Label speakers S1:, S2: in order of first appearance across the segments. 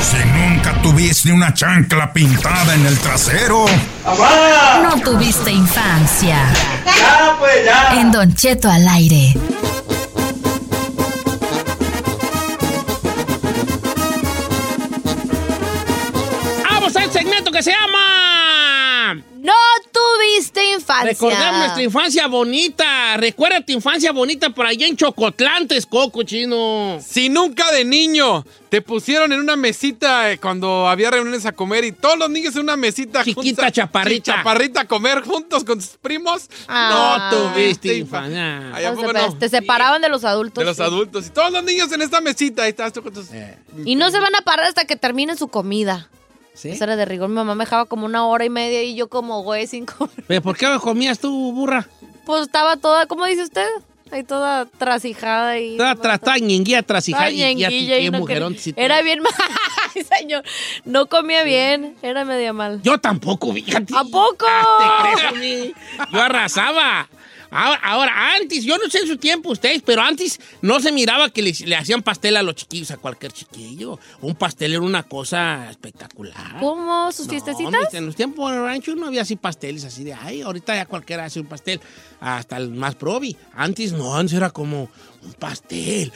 S1: Si nunca tuviste una chancla pintada en el trasero.
S2: No tuviste infancia. En Don Cheto al aire.
S3: ¡Vamos al segmento que se llama!
S4: No tuviste infancia.
S3: Recordemos nuestra infancia bonita. Recuerda tu infancia bonita por allá en Chocotlán, Texcoco, chino.
S5: Si nunca de niño te pusieron en una mesita eh, cuando había reuniones a comer y todos los niños en una mesita
S3: Chiquita, chaparrita.
S5: Sí, chaparrita a comer juntos con sus primos.
S4: Ah.
S3: No tuviste
S5: infancia.
S3: infancia.
S5: Ay, ¿a
S4: O sea,
S5: poco
S4: pero
S5: no?
S4: Te separaban de los adultos.
S5: De los
S4: sí.
S5: adultos. Y todos los niños en esta mesita. Ahí estás tú con tus...
S3: Eh.
S4: Y no se van a parar hasta que terminen su comida.
S3: ¿Sí?
S4: Eso era de rigor. Mi mamá me dejaba como una hora y media y yo como, güey, cinco.
S3: ¿Pero por qué comías tú, burra?
S4: Pues estaba toda, ¿cómo dice usted? Ahí toda trasijada y...
S3: Estaba tratada ñenguía tras hija.
S4: Ay,
S3: y- y a ti,
S4: ñenguilla, y
S3: qué
S4: no
S3: mujerón,
S4: quería-
S3: si tú-
S4: Era bien mal. Ay, señor. No comía bien. Era media mal.
S3: Yo tampoco, fíjate.
S4: ¿A poco?
S3: Ah, ¿Te crees, Uni? Yo arrasaba. Ahora, ahora, antes, yo no sé en su tiempo ustedes, pero antes no se miraba que le, le hacían pastel a los chiquillos, a cualquier chiquillo. Un pastel era una cosa espectacular.
S4: ¿Cómo? ¿Sus
S3: Ah. No,
S4: fiestecitas?
S3: hombre, en los tiempos de rancho no había así pasteles así de, ay, ahorita ya cualquiera hace un pastel, hasta el más probi. Antes no, antes era como un pastel.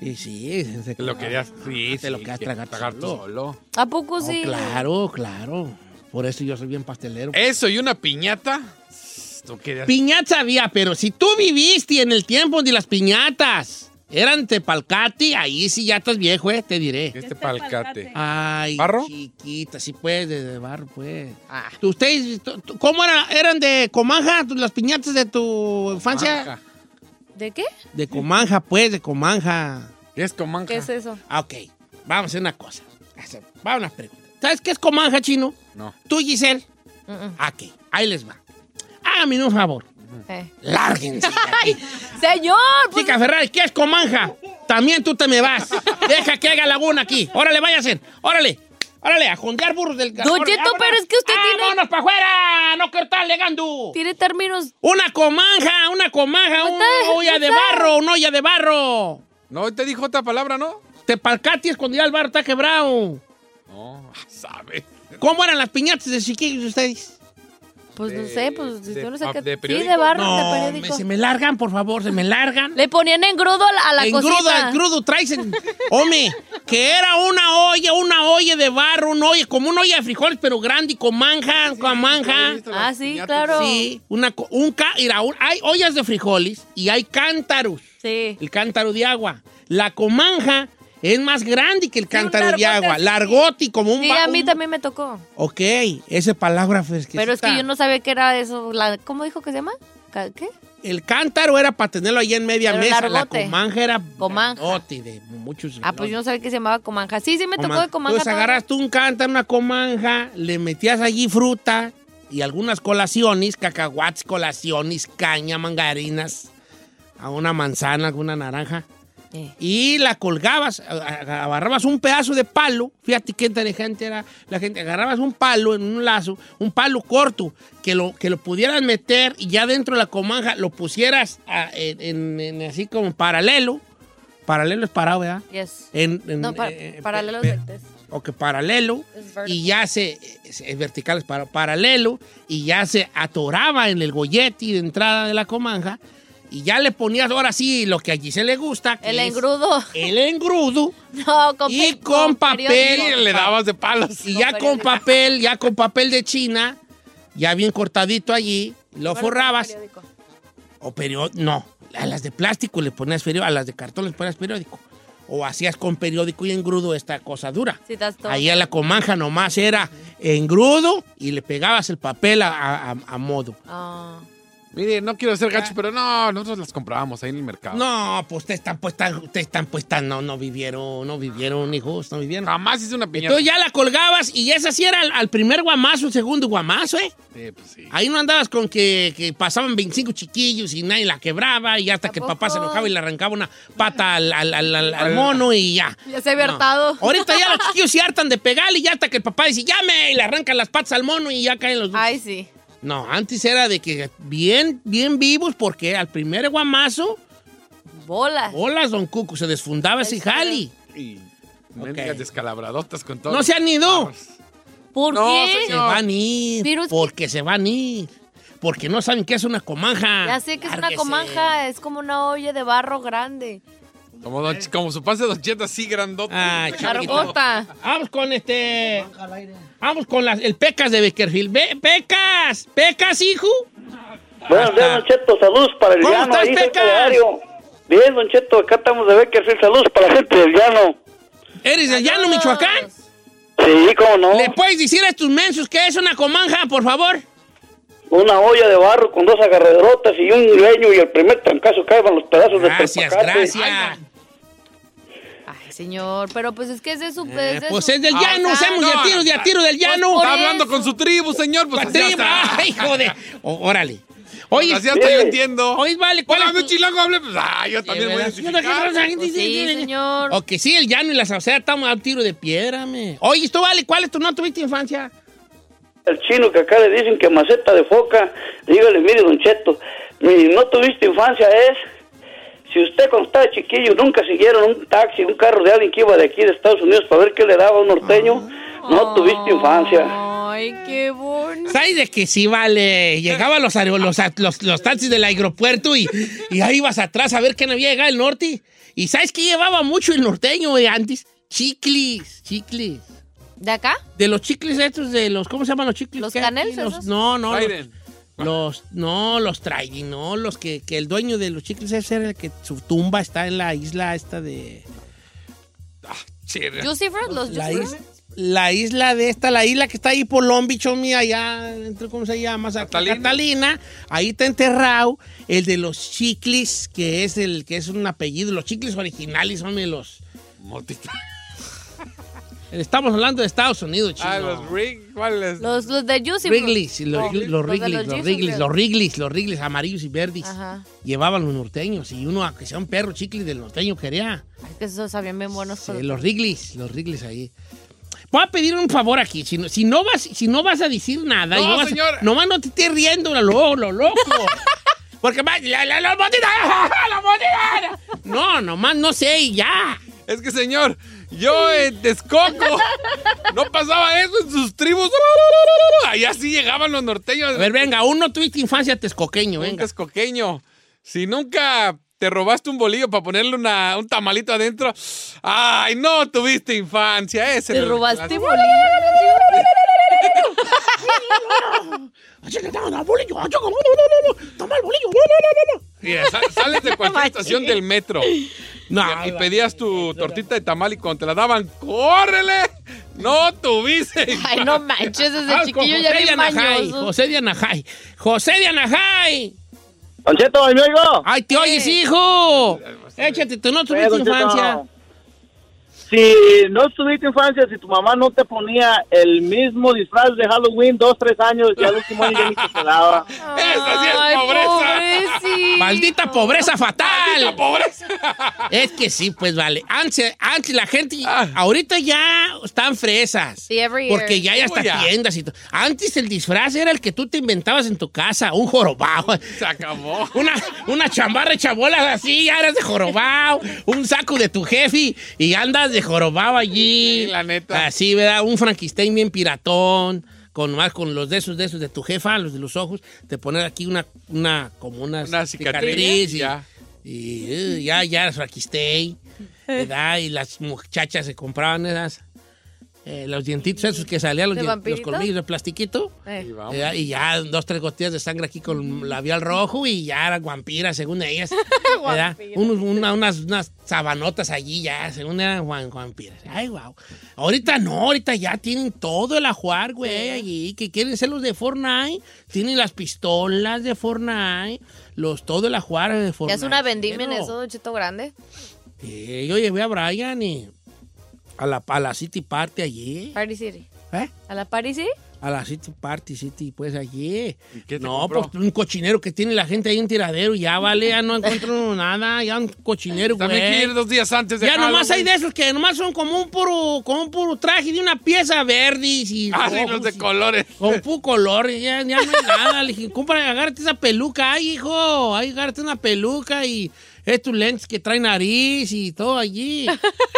S3: Y sí, se-
S5: Te lo querías... Sí,
S3: te lo
S5: sí,
S3: querías
S5: que-
S3: tragar
S5: tú
S3: solo.
S5: solo.
S4: ¿A poco
S3: No,
S4: Oh, sí?
S3: Claro, claro. Por eso yo soy bien pastelero.
S5: Eso y una piñata. Tú querías...
S3: Piñata había, pero si tú viviste en el tiempo de las piñatas, eran tepalcati, ahí sí ya estás viejo, eh, te diré.
S5: Este palcate.
S3: Ay,
S5: ¿Barro?
S3: chiquita, sí pues, de, de barro, pues.
S4: Ah.
S3: ¿Tú, ¿Ustedes tú- tú- cómo era- eran de Comanja tú- las piñatas de tu infancia?
S5: Manja.
S4: ¿De qué?
S3: De Comanja, pues, de Comanja.
S5: ¿Qué es con manja?
S4: ¿Qué es eso?
S3: Ah, ok, vamos a hacer una cosa. Vamos a una pregunta. ¿Sabes qué es Comanja, chino?
S5: No.
S3: Tú, Giselle.
S4: Mm-mm.
S3: Ok, ahí les va. Háganme un favor.
S4: Eh.
S3: Lárguense. de aquí.
S4: Señor, pues,
S3: Chica Ferrari, ¿qué es comanja? También tú te me vas. Deja que haga laguna aquí. Órale, váyanse. Órale. Órale, a jondear burros del
S4: Don Cheto, pero es que usted tiene-
S3: Ah, ¡Vámonos para afuera! ¡No quiero estar legando!
S4: tiene términos.
S3: ¡Una comanja! ¡Una comanja!
S4: No
S3: ¡Una
S4: Pues está-
S3: olla
S4: no
S3: de
S4: está.
S3: barro! ¡Una olla de barro!
S5: No, te dijo otra palabra, ¿no?
S3: Tepalcati escondida al barro está quebrado.
S5: No, sabe.
S3: ¿Cómo eran las piñatas de chiquillos ustedes?
S4: Pues no
S5: De-
S4: sé, pues
S5: de
S4: yo no sé
S5: pa-
S4: qué.
S5: de
S4: sí, de
S5: periódico.
S4: barro, de
S3: Ah, No, me-
S4: periódico.
S3: se me largan, por favor, se me largan.
S4: Le ponían engrudo a la- a la
S3: engrudo,
S4: cosita.
S3: engrudo, traes en- Hombre, que era una olla, una olla de barro, una olla, como una olla de frijoles, pero grande y con manja, con manja.
S4: Ah, sí, claro.
S3: Sí, una, co- un, ca- mira, un- hay ollas de frijoles y hay cántaros,
S4: Sí.
S3: el cántaro de agua. La comanja es más grande que el cántaro de
S4: largote
S3: agua,
S4: así.
S3: largote y como un...
S4: Sí,
S3: ba-
S4: a mí
S3: un-
S4: también me tocó.
S3: Ok, esa palabra es que
S4: Pero es que
S3: está-
S4: yo no sabía que era eso. la- ¿Cómo dijo que se llama? Ca- ¿Qué?
S3: El cántaro era para tenerlo ahí en media
S4: Pero
S3: mesa.
S4: largote.
S3: La comanja era
S4: Comanja.
S3: grandote de muchos.
S4: Ah, pues yo no sabía que se llamaba comanja. Sí, sí me tocó
S3: Comanja.
S4: de comanja.
S3: Entonces
S4: todo.
S3: agarraste un cántaro, una comanja, le metías allí fruta y algunas colaciones, cacahuates, colaciones, caña, mangarinas, a una manzana, alguna naranja.
S4: Eh.
S3: Y la colgabas, a- a- agarrabas un pedazo de palo, fíjate qué inteligente era la gente, agarrabas un palo en un lazo, un palo corto, que lo, que lo pudieras meter y ya dentro de la comanja lo pusieras a- en, en- en así como paralelo, paralelo es parado, ¿verdad?
S4: Yes.
S3: En, en-
S4: No, pa-
S3: eh,
S4: paralelos
S3: pe-
S4: rectes.
S3: o que paralelo
S4: Es vertical.
S3: y ya se es- es vertical es para, paralelo y ya se atoraba en el gollete de entrada de la comanja y ya le ponías ahora sí lo que allí se le gusta que
S4: El
S3: es
S4: engrudo.
S3: el engrudo
S4: No, con
S3: Y
S4: pe-
S3: con papel.
S4: periódico.
S5: Le dabas de palos.
S3: y
S4: No,
S3: ya
S4: pero
S3: con
S4: es-
S3: papel ya con papel de china ya bien cortadito allí lo
S4: Bueno,
S3: forrabas
S4: periódico.
S3: O periódico. No, a las de plástico le ponías periódico, a las de cartón le ponías periódico. O hacías con periódico y engrudo esta cosa dura.
S4: Sí, estás todo.
S3: Ahí a la comanja nomás era engrudo y le pegabas el papel a, a- a- a modo. Ah.
S4: Ah.
S5: Mire, no quiero ser gacho, pero no, nosotros las comprábamos ahí en el mercado.
S3: No, pues ustedes están puestas, ustedes están puestas, no, no vivieron, no vivieron, hijos, no vivieron.
S5: Jamás hice una piñata.
S3: Entonces ya la colgabas y esa sí era al, al primer guamazo, segundo guamazo, ¿eh?
S5: Sí, pues sí.
S3: Ahí no andabas con que, que pasaban 25 chiquillos y nadie la quebraba y hasta que el papá se
S4: poco?
S3: enojaba y le arrancaba una pata al, al- al- al- al mono y ya.
S4: Ya se había hartado.
S3: Ahorita ya los chiquillos se hartan de pegarle y ya hasta que el papá dice, llame, y le arrancan las patas al mono y ya caen los dos.
S4: Ay, sí.
S3: No, antes era de que bien, bien vivos porque al primer guamazo,
S4: Bolas.
S3: hola, don Cuco, se desfundaba ese jali.
S5: Y mendigas descalabradotas con todo.
S3: No se han ido.
S4: ¿Por
S5: No,
S4: qué?
S3: Se
S5: No.
S3: van a ir.
S4: Pero es que-
S3: Porque se van a ir. Porque no saben qué es una comanja.
S4: Ya sé que es una
S3: Lárguese.
S4: comanja, es como una olla de barro grande.
S5: Como, don- como su panza de Don Cheto, así grandote.
S3: Ay, chiquito. Ah.
S4: Largota.
S3: Vamos con este. Vamos con las, el pecas de Beckerfield. Ve- ¡Pecas! ¡Pecas, hijo!
S6: Buenos días,
S3: Hasta-
S6: Don Cheto. Saludos para el
S3: ¿Cómo
S6: llano.
S3: estás,
S6: ahí cerca
S3: Pecas?
S6: de Ario. Bien, Don Cheto, acá estamos de Beckerfield. Saludos para la gente del llano.
S3: ¿Eres del llano, Michoacán?
S6: Sí, cómo no.
S3: ¿Le puedes decir a estos mensos qué es una comanja, por favor?
S6: Una olla de barro con dos agarraderotas y un leño y el primer trancazo caen los pedazos de
S3: Gracias,
S6: tepacate.
S3: gracias.
S4: Ay, señor, pero pues es que es de su...
S3: Eh,
S4: es de
S3: pues
S4: su-
S3: es del
S4: Ah,
S3: llano,
S4: o sea,
S3: hacemos de a tiro, de a tiro del llano.
S4: por
S5: Pues, Está hablando
S4: eso.
S5: con su tribu, señor. Pues así
S3: Arriba,
S5: hasta-
S3: ay, joder. O- órale.
S5: pues,
S3: Oye, eh,
S5: Así hasta yo
S6: Sí.
S5: entiendo.
S3: oye, vale, ¿cuál
S5: Póngame
S3: es
S5: un
S3: tu-
S5: chilango, hable. Pues, ah, yo también voy a
S3: ¿verdad?
S5: identificar.
S4: Pues sí, señor.
S3: O que sí, el llano y la sauceda estamos a un tiro de piedra, me. Oye, tú, vale, ¿cuál es tu no tuviste infancia?
S6: El chino que acá le dicen que maceta de foca. Dígale, mire, Don Cheto, mi no tuviste infancia es... Si usted cuando estaba chiquillo nunca siguieron un taxi, un carro de alguien que iba de aquí de Estados Unidos para ver qué le daba a un norteño, no tuviste infancia.
S4: Ay, qué bonito.
S3: ¿Sabes de que sí, vale? Llegaba los, aer- los, los, los taxis del aeropuerto y, y ahí ibas atrás a ver quién había llegado el norte. ¿Y sabes que llevaba mucho el norteño de antes? Chiclis, chiclis.
S4: ¿De acá?
S3: De los chicles estos, de los, ¿cómo se llaman los chicles?
S4: ¿Los
S3: que hay aquí?
S4: canels
S3: Los-
S4: esos?
S3: No, no, los,
S5: Biden.
S3: los- no, los trading, no, los que, que el dueño de los chicles ese era el que su tumba está en la isla esta de...
S5: Chirra.
S4: Juicy Fruit, los
S3: la,
S4: Juicy
S3: is-
S4: Fruit.
S3: la isla de esta, la isla que está ahí por Long Beach, homie, allá, dentro, ¿cómo se llama? Santa
S5: Catalina.
S3: Catalina. Ahí está enterrado el de los chicles, que es el que es un apellido. Los chicles originales, homie, los...
S5: Motita.
S3: Estamos hablando de Estados Unidos, chino.
S5: Ah, los Rig. ¿Cuál es?
S4: Los, los de Juicy Fruit.
S3: Wrigley's, los,
S4: Oh.
S3: Wrigley's,
S4: Los
S3: los
S4: de
S3: Wrigley's, los
S4: los Jesus
S3: Wrigley's,
S4: Girls.
S3: los Wrigley's, los Wrigley's amarillos y verdes.
S4: Ajá.
S3: Llevaban los norteños y uno, aunque sea un perro chicle del norteño, quería.
S4: Ay, que esos sabían bien buenos.
S3: Sí,
S5: Ah.
S4: pero-
S3: Este, los Wrigley's, los Wrigley's ahí. Voy a pedir un favor aquí. Si no, si no, vas, si no vas a decir nada, y
S5: No,
S3: no vas,
S5: señor.
S3: nomás no te estés riendo, lo, lo, lo loco. Porque más, la, la, la botita, la botita. No, nomás no sé y ya.
S5: Es que, señor, yo eh, en Texcoco no pasaba eso en sus tribus. Allá sí llegaban los norteños.
S3: A ver, venga, uno tuviste infancia texcoqueño,
S5: un
S3: venga.
S5: texcoqueño. Si nunca te robaste un bolillo para ponerle una- un tamalito adentro, ¡ay, no tuviste infancia! Ese
S4: Te
S5: era el-
S4: robaste
S5: las-
S4: bolillo.
S3: Toma el bolillo. No, no, no, no.
S5: Mira, sal- sales de cualquier estación del metro y,
S3: No,
S5: y pedías tu tortita de tamal y cuando te la daban, ¡córrele! ¡No tuviste infancia!
S4: Ay, no manches, ese
S3: Vamos Ah, con
S4: chiquillo ya
S3: José de
S4: bien
S3: Anajay,
S4: mañoso.
S3: José de Anajay. José de Anajay.
S7: Don Cheto, ¿me oigo?
S3: ¡Ay, te oyes, hijo! Échate, tú no
S7: Eh,
S3: tuviste
S7: don Cheto,
S3: infancia.
S7: Si no tuviste infancia, si tu mamá no te ponía el mismo disfraz de Halloween dos, tres años, ya el último año ya ni te quedaba.
S3: Ay, Maldita pobreza fatal. pobreza. Es que sí, pues vale. Antes, antes la gente,
S4: Ah.
S3: ahorita ya están fresas.
S4: Sí, every year.
S3: Porque Oh, ya hay hasta tiendas y todo. Antes el disfraz era el que tú te inventabas en tu casa, un jorobado. Se acabó. Una, una chambarra hecha bolas así, ya eras de jorobado. Un saco de tu jefe y andas de jorobado allí. la neta. Así, ¿verdad? Un Frankenstein bien piratón. Con más con los de esos, de esos de tu jefa, los de los ojos, te pones aquí una, una, como una,
S5: Una cicatriz,
S3: y,
S5: ya.
S3: y, eh, ya, ya, Frankenstein, ¿verdad? Y las muchachas se compraban esas, eh, los dientitos esos que salían, los,
S4: ¿De
S3: dien- los
S4: vampirito?
S3: colmillos de plastiquito.
S4: Eh.
S3: Eh, y ya dos, tres gotillas de sangre aquí con labial rojo y ya era vampira, según ellas. ¿verdad? Unos- una- unas, unas sabanotas allí ya, según eran guan- vampiras. Ay, wow. Ahorita no, ahorita ya tienen todo el ajuar, güey, allí, que quieren ser los de Fortnite. Tienen las pistolas de Fortnite, los, todo el ajuar de
S4: Ya
S3: Fortnite.
S4: es una vendimia en
S3: Pero-
S4: eso, Don Cheto Grande.
S3: Sí, yo llevé a Brian y a la, a la City Party allí.
S4: Party City.
S3: ¿Eh?
S4: ¿A la Party City?
S3: A la City Party, City, pues allí. no, pues un cochinero que tiene la gente ahí en tiradero, ya vale, ya no encuentro nada, ya un cochinero, güey.
S5: También hay que ir dos días antes de
S3: Ya nomás hay
S5: Halloween.
S3: de esos que nomás son como un puro, como un puro traje de una pieza verde y
S5: Ah, sí, los de colores.
S3: Con puro color, ya, ya no hay nada. Le dije, compra, agárrate esa peluca, ay, hijo, ay, agárrate una peluca y estos lentes que traen nariz y todo allí.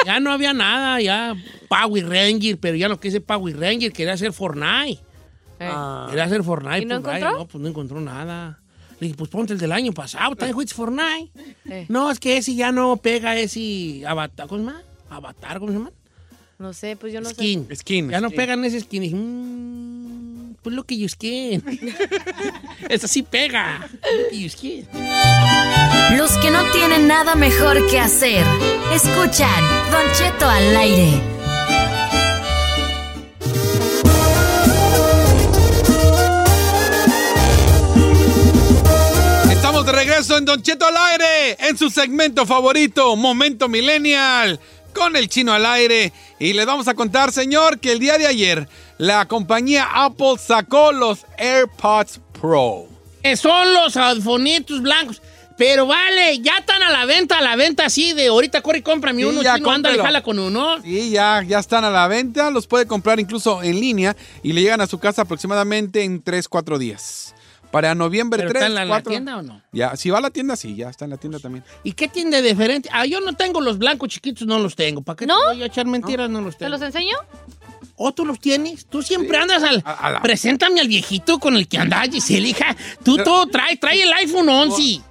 S3: Ya no había nada, ya Power Ranger, pero ya no quise Power Ranger, quería hacer Fortnite. Quería hacer Fortnite.
S4: ¿Y no
S3: pues,
S4: encontró?
S3: ay, no, pues no encontró nada. Le dije, pues ponte el del año pasado, también juegas Fortnite.
S4: Eh.
S3: No, es que ese ya no pega ese avatar, ¿cómo se llama? Avatar, ¿cómo se llama?
S4: No sé, pues yo no
S3: Skin.
S4: sé.
S3: Ya no pegan ese skin. Y dije, "Mm, pues lo que yo skin. Eso sí pega. Look at your skin.
S2: Los que no tienen nada mejor que hacer, escuchan Don Cheto al aire.
S5: Estamos de regreso en Don Cheto al aire, en su segmento favorito, Momento Millennial, con el chino al aire. Y les vamos a contar, señor, que el día de ayer la compañía Apple sacó los AirPods Pro.
S3: Eh, son los adfonitos blancos. Pero vale, ya están a la venta, a la venta así de ahorita corre y cómprame
S5: Sí,
S3: uno,
S5: ya,
S3: chino, ándale,
S5: cómprelo.
S3: jala con uno.
S5: Sí, ya, ya están a la venta, los puede comprar incluso en línea y le llegan a su casa aproximadamente en 3, 4 días. Para noviembre
S3: ¿Pero
S5: 3,
S3: está en la, la
S5: 4,
S3: tienda o no?
S5: Ya, si va a la tienda, sí, ya está en la tienda también.
S3: ¿Y qué tiene de diferente? Ah, yo no tengo los blancos chiquitos, no los tengo. ¿Para qué te voy a echar mentiras? No, los
S4: ¿Te
S3: tengo.
S4: los enseño?
S3: ¿O tú los tienes? Tú siempre andas al...
S5: a la-
S3: Preséntame al viejito con el que andas, Giselle, hija. Tú todo traes, trae el iPhone 11.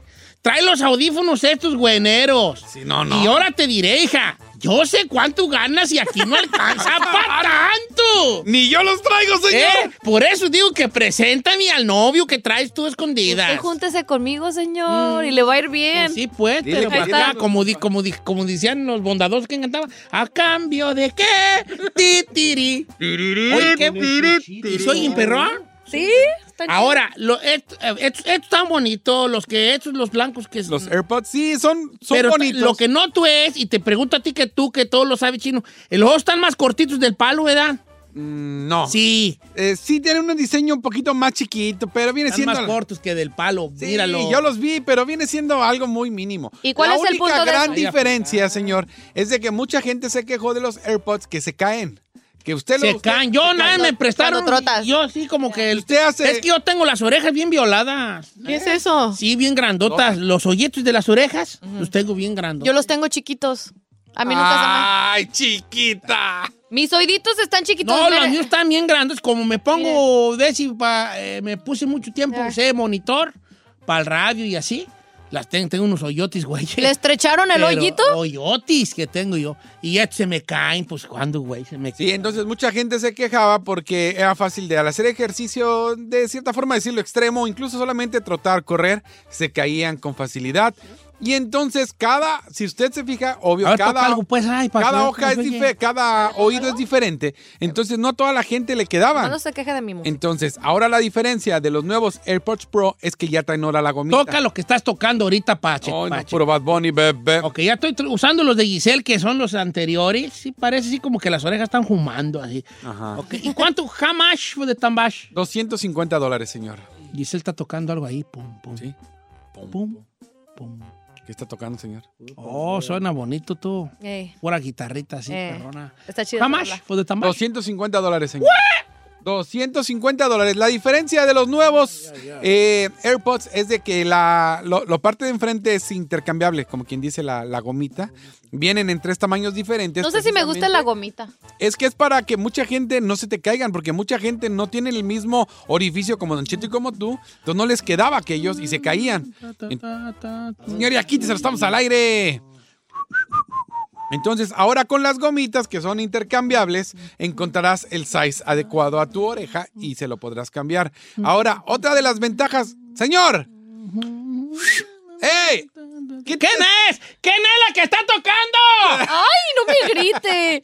S3: Trae los audífonos estos güeneros.
S5: no, no.
S3: Y ahora te diré, hija, yo sé cuánto ganas y aquí no alcanza para tanto. Eh,
S5: Ni yo los traigo, señor.
S3: Por eso digo que preséntame al novio que traes tú escondidas.
S4: Usted júntese conmigo, señor,
S3: Mm.
S4: y le va a ir bien.
S3: Sí, pues,
S4: Dile,
S3: pero
S4: pues,
S3: acá,
S4: dile.
S3: como, di- como, di- como decían los bondadosos que encantaban, ¿a cambio de qué? Ti, tiri. Oye, ¿qué? ¿Y soy imperrón?
S4: Sí, está chido.
S3: Ahora, lo- esto- eh, estos, estos tan bonitos, los que estos, los blancos que
S5: Los AirPods, sí, son, son
S3: pero
S5: bonitos.
S3: lo que no tú es, y te pregunto a ti que tú, que todo lo sabes chino, eh, los ojos están más cortitos del palo, ¿verdad?
S5: Mm, No.
S3: Sí.
S5: Eh, sí, tienen un diseño un poquito más chiquito, pero viene
S3: Están
S5: siendo.
S3: más cortos que del palo,
S5: Sí,
S3: míralo.
S5: yo los vi, pero viene siendo algo muy mínimo.
S4: ¿Y cuál
S5: La
S4: es el
S5: única
S4: punto de
S5: gran
S4: eso?
S3: Ah.
S5: diferencia, señor, es de que mucha gente se quejó de los AirPods que se caen. Que usted
S3: se
S5: los.
S3: caen. Yo nada, me prestaron.
S4: cuando trotas.
S3: y Yo así como que... el-
S5: Usted hace-
S3: Es que yo tengo las orejas bien violadas.
S4: ¿Qué es eso?
S3: Sí, bien grandotas. Los hoyitos de las orejas los tengo bien
S4: Yo
S3: grandotes.
S4: los tengo chiquitos. A mí nunca se me...
S5: ¡Ay, chiquita!
S4: Mis oíditos están chiquitos.
S3: No,
S4: mira.
S3: los míos están bien grandes. Como me pongo Deci, pa- eh, me puse mucho tiempo,
S4: Ah.
S3: usé monitor para el radio y así. Las tengo, tengo unos hoyotis, güey.
S4: ¿Le estrecharon el
S3: Pero
S4: hoyito?
S3: Hoyotis que tengo yo. Y estos se me caen, pues cuando, güey, se me
S5: Sí, entonces mucha gente se quejaba porque era fácil de al hacer ejercicio, de cierta forma decirlo extremo, incluso solamente trotar, correr, se caían con facilidad. Y entonces cada, si usted se fija, obvio,
S3: A ver,
S5: cada,
S3: toca algo, pues, ay, para
S5: cada
S3: que-
S5: hoja es
S3: oye.
S5: diferente, cada oído es diferente. Entonces no toda la gente le
S4: No,
S5: quedaba.
S4: no se queje de mi mujer.
S5: Entonces, ahora la diferencia de los nuevos AirPods Pro es que ya traen ahora la gomita.
S3: Toca lo que estás tocando ahorita, Pache.
S5: Ay, no, puro Bad Bunny, bebé.
S3: Ok, ya estoy tr- usando los de Giselle, que son los anteriores. Sí, parece así como que las orejas están jumando así.
S5: Ajá.
S3: Ok, ¿Y cuánto? jamás de Tambash?
S5: 250 dólares, señor.
S3: Giselle está tocando algo ahí. Pum, pum.
S5: Sí.
S3: Pum, pum.
S5: ¿Qué está tocando, señor?
S3: Oh, suena bonito tú.
S4: Ey,
S3: Pura guitarrita así,
S4: eh,
S3: perrona.
S4: Está chido.
S3: Jamás
S4: verla.
S3: de Tambash.
S5: 250 dólares, señor. 250 dólares. La diferencia de los nuevos eh, AirPods es de que la lo, lo parte de enfrente es intercambiable, como quien dice la, la gomita. Vienen en tres tamaños
S3: Este
S5: diferentes.
S4: No sé si me gusta la
S5: precisamente.
S4: gomita.
S5: Es que es para que mucha gente no se te caigan, porque mucha gente no tiene el mismo orificio como Don Cheto y como tú. Entonces no les quedaba aquellos y se caían. Señor, y aquí te estamos al aire. Entonces, ahora con las gomitas que son intercambiables, encontrarás el size adecuado a tu oreja y se lo podrás cambiar. Ahora, otra de las ventajas, señor. ¡Ey! ¿Qué
S3: ¿Quién es? ¿Quién es la que está tocando?
S4: ¡Ay, no me grite!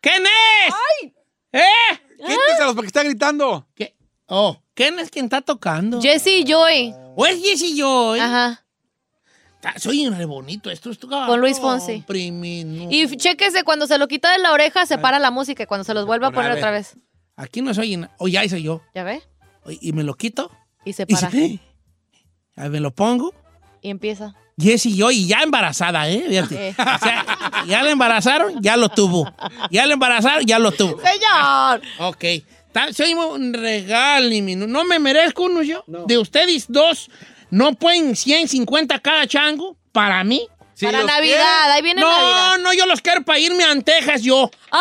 S3: ¿Quién es?
S4: ¡Ay! Ah.
S3: ¿Eh?
S5: Quíteselos porque está gritando.
S3: ¿Qué? Oh, ¿quién es quien está tocando?
S4: Jesse y Joy.
S3: ¿O es Jesse Joy?
S4: Ajá.
S3: Ta- Soy un re bonito. Esto es tu
S4: Con Luis Fonsi. Y f- chéquese, cuando se lo quita de la oreja,
S3: Ah.
S4: se para la música y cuando se los vuelve a
S3: pone, a
S4: poner
S3: ver.
S4: otra vez.
S3: Aquí no soy. na- O ya hice yo.
S4: ¿Ya ve?
S3: Oye, Y me lo quito.
S4: Y se
S3: Y
S4: para.
S3: se- Ahí me lo pongo.
S4: Y empieza.
S3: Jessy yo y ya embarazada, ¿eh? Fíjate.
S4: Eh.
S3: O sea, ya la embarazaron, ya lo tuvo. Ya la embarazaron, ya lo tuvo.
S4: ¡Señor!
S3: Ok. Ta- Soy un regalo, mi- no me merezco uno yo. De ustedes dos, no pueden 150 cada chango para mí.
S5: Si
S4: para
S5: los
S4: Navidad,
S5: quiere-
S4: ahí viene
S3: no,
S4: Navidad.
S3: no, yo los quiero para irme a Texas yo.
S4: ¡Ay,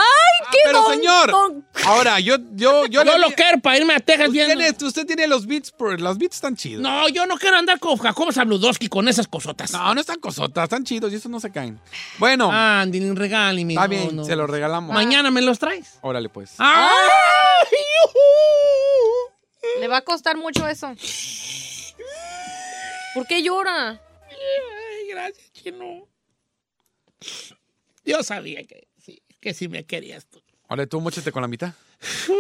S4: qué
S5: Ah, Pero
S4: don-
S5: señor,
S4: don-
S5: ahora yo yo yo
S3: Yo,
S5: le-
S3: los quiero para irme a Texas
S5: Usted
S3: bien.
S5: tiene, usted tiene los beats, por- los beats están chidos.
S3: No, yo no quiero andar con Jacob Sabludowski con esas cosotas.
S5: No, no están cosotas, están chidos y esos no se caen. Bueno,
S3: Andy, regálame.
S5: está
S3: no,
S5: bien,
S3: no.
S5: se los regalamos.
S3: Mañana me los traes.
S5: Órale, pues.
S3: ¡Ay! ujú.
S4: Le va a costar mucho eso. ¿Por qué llora?
S3: Ay, gracias, chino. Yo sabía que sí, que sí me querías tú.
S5: Órale, tú mochete con la mitad.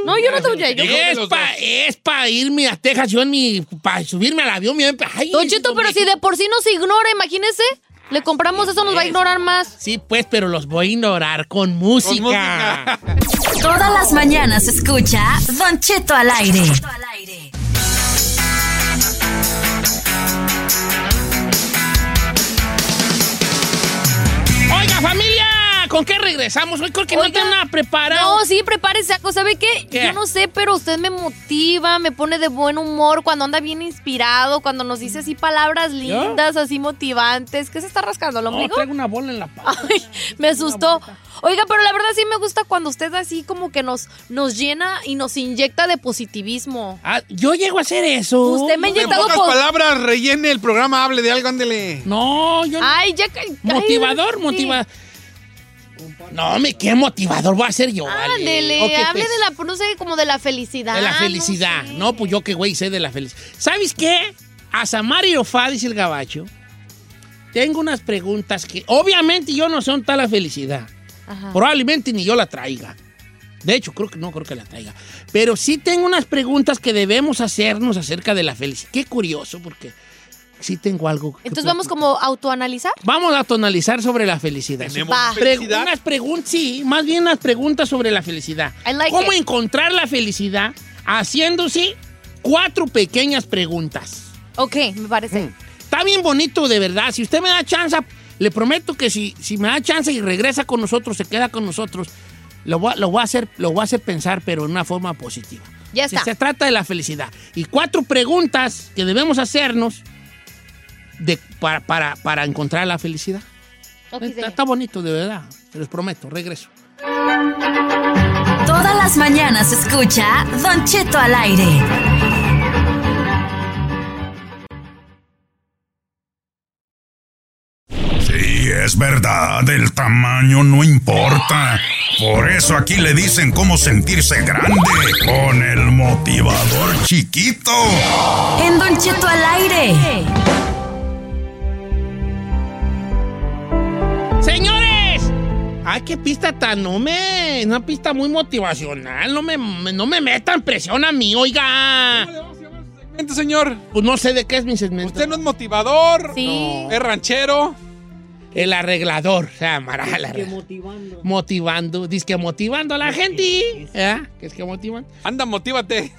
S4: No, yo no te voy a llorar.
S3: Es para irme a Texas, yo en mi. para subirme al avión. mi- Ay,
S4: Don Cheto,
S3: hombre.
S4: pero si de por sí nos ignora, imagínese. Le compramos eso, nos va a ignorar más.
S3: Sí, pues, pero los voy a ignorar con música.
S5: música.
S2: Todas las mañanas escucha Don Cheto al aire.
S3: Oiga, familia, ¿con qué regresamos? Hoy creo que no
S4: Oiga.
S3: tengo nada preparado.
S4: No, sí, prepárese, saco. ¿Sabe qué?
S3: ¿Qué?
S4: Yo no sé, pero usted me motiva, me pone de buen humor cuando anda bien inspirado, cuando nos dice así palabras lindas, así motivantes. ¿Qué se está rascando? ¿Lo
S3: No,
S4: ombligo?
S3: traigo una bola en la pata.
S4: Ay, me asustó. Oiga, pero la verdad sí me gusta cuando usted así como que nos, nos llena y nos inyecta de positivismo.
S3: Ah, yo llego a hacer eso.
S4: Usted me ha
S5: En
S4: inyectado
S5: pocas
S4: po-
S5: palabras, rellene el programa, hable de algo, ándele.
S3: No, yo no.
S4: Ay, ya ca- ay,
S3: Motivador,
S4: sí.
S3: motivador. No, me qué motivador voy a ser yo. vale.
S4: Ándele,
S3: Ok,
S4: hable
S3: pues,
S4: de la, no sé, como de la felicidad.
S3: de la
S4: Ah, no
S3: felicidad.
S4: sé.
S3: No, pues yo qué güey sé de la felicidad. ¿Sabes qué? A Samari Ofá, dice el gabacho, tengo unas preguntas que obviamente yo no son tal la felicidad.
S4: Ajá.
S3: Probablemente ni yo la traiga. De hecho, creo que no creo que la traiga. Pero sí tengo unas preguntas que debemos hacernos acerca de la felicidad. Qué curioso, porque sí tengo algo. que
S4: Entonces vamos
S3: platicar.
S4: como autoanalizar.
S3: Vamos a tonalizar sobre la felicidad.
S5: ¿Tenemos
S4: Va.
S3: Pre-
S5: felicidad?
S3: unas preguntas, sí, más bien unas preguntas sobre la felicidad.
S4: I like
S3: ¿Cómo
S4: it.
S3: encontrar la felicidad? Haciéndose cuatro pequeñas preguntas.
S4: Ok, me parece.
S3: Está bien bonito, de verdad. Si usted me da chance, le prometo que si, si me da chance y regresa con nosotros, se queda con nosotros, lo voy, a- lo voy a, hacer, lo voy a hacer pensar, pero en una forma positiva.
S4: Ya
S3: Si
S4: está.
S3: Se trata de la felicidad. Y cuatro preguntas que debemos hacernos de- para- para- para encontrar la felicidad.
S4: Ok,
S3: Está,
S4: señor.
S3: está bonito, de verdad. Te los prometo, regreso.
S2: Todas las mañanas escucha Don Cheto al aire.
S1: Sí, es verdad, el tamaño no importa. Por eso aquí le dicen cómo sentirse grande con el motivador chiquito.
S2: En Don Cheto al aire.
S3: Ay, qué pista tan, no me, una pista muy motivacional, no me, no me metan presión a mí, oiga. ¿Cómo le vamos a llamar su segmento, señor? Pues no sé de qué es mi segmento.
S5: Usted no es motivador, no. es ranchero.
S3: El arreglador, o sea, Mara, el arreglador.
S8: motivando.
S3: motivando, dice que motivando a la gente, ¿eh? Que es que motivan.
S5: Anda, motívate.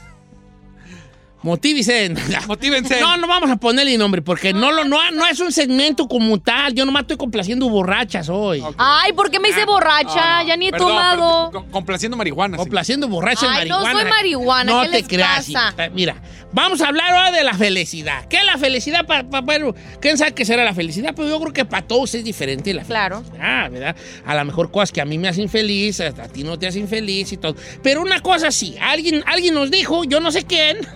S3: Motívense.
S5: Motívense.
S3: No, no vamos a ponerle nombre porque no, lo, no, no es un segmento como tal. Yo nomás estoy complaciendo borrachas hoy.
S4: Ay, ¿por qué me hice borracha?
S5: Ah,
S4: ya ni he
S5: perdón,
S4: tomado.
S5: pero co- complaciendo marihuana.
S3: Complaciendo borrachas
S4: Ay, no
S3: marihuana.
S4: soy marihuana,
S3: No
S4: ¿qué
S3: te
S4: les
S3: creas.
S4: pasa?
S3: hijita. Mira, vamos a hablar ahora de la felicidad. ¿Qué es la felicidad? Pa, pa- bueno, ¿Quién sabe qué será la felicidad? Pero yo creo que para todos es diferente la
S4: Claro.
S3: Ah, ¿verdad? A lo mejor cosas que a mí me hacen feliz, a a ti no te hacen feliz y todo. Pero una cosa sí, alguien, alguien nos dijo, yo no sé quién,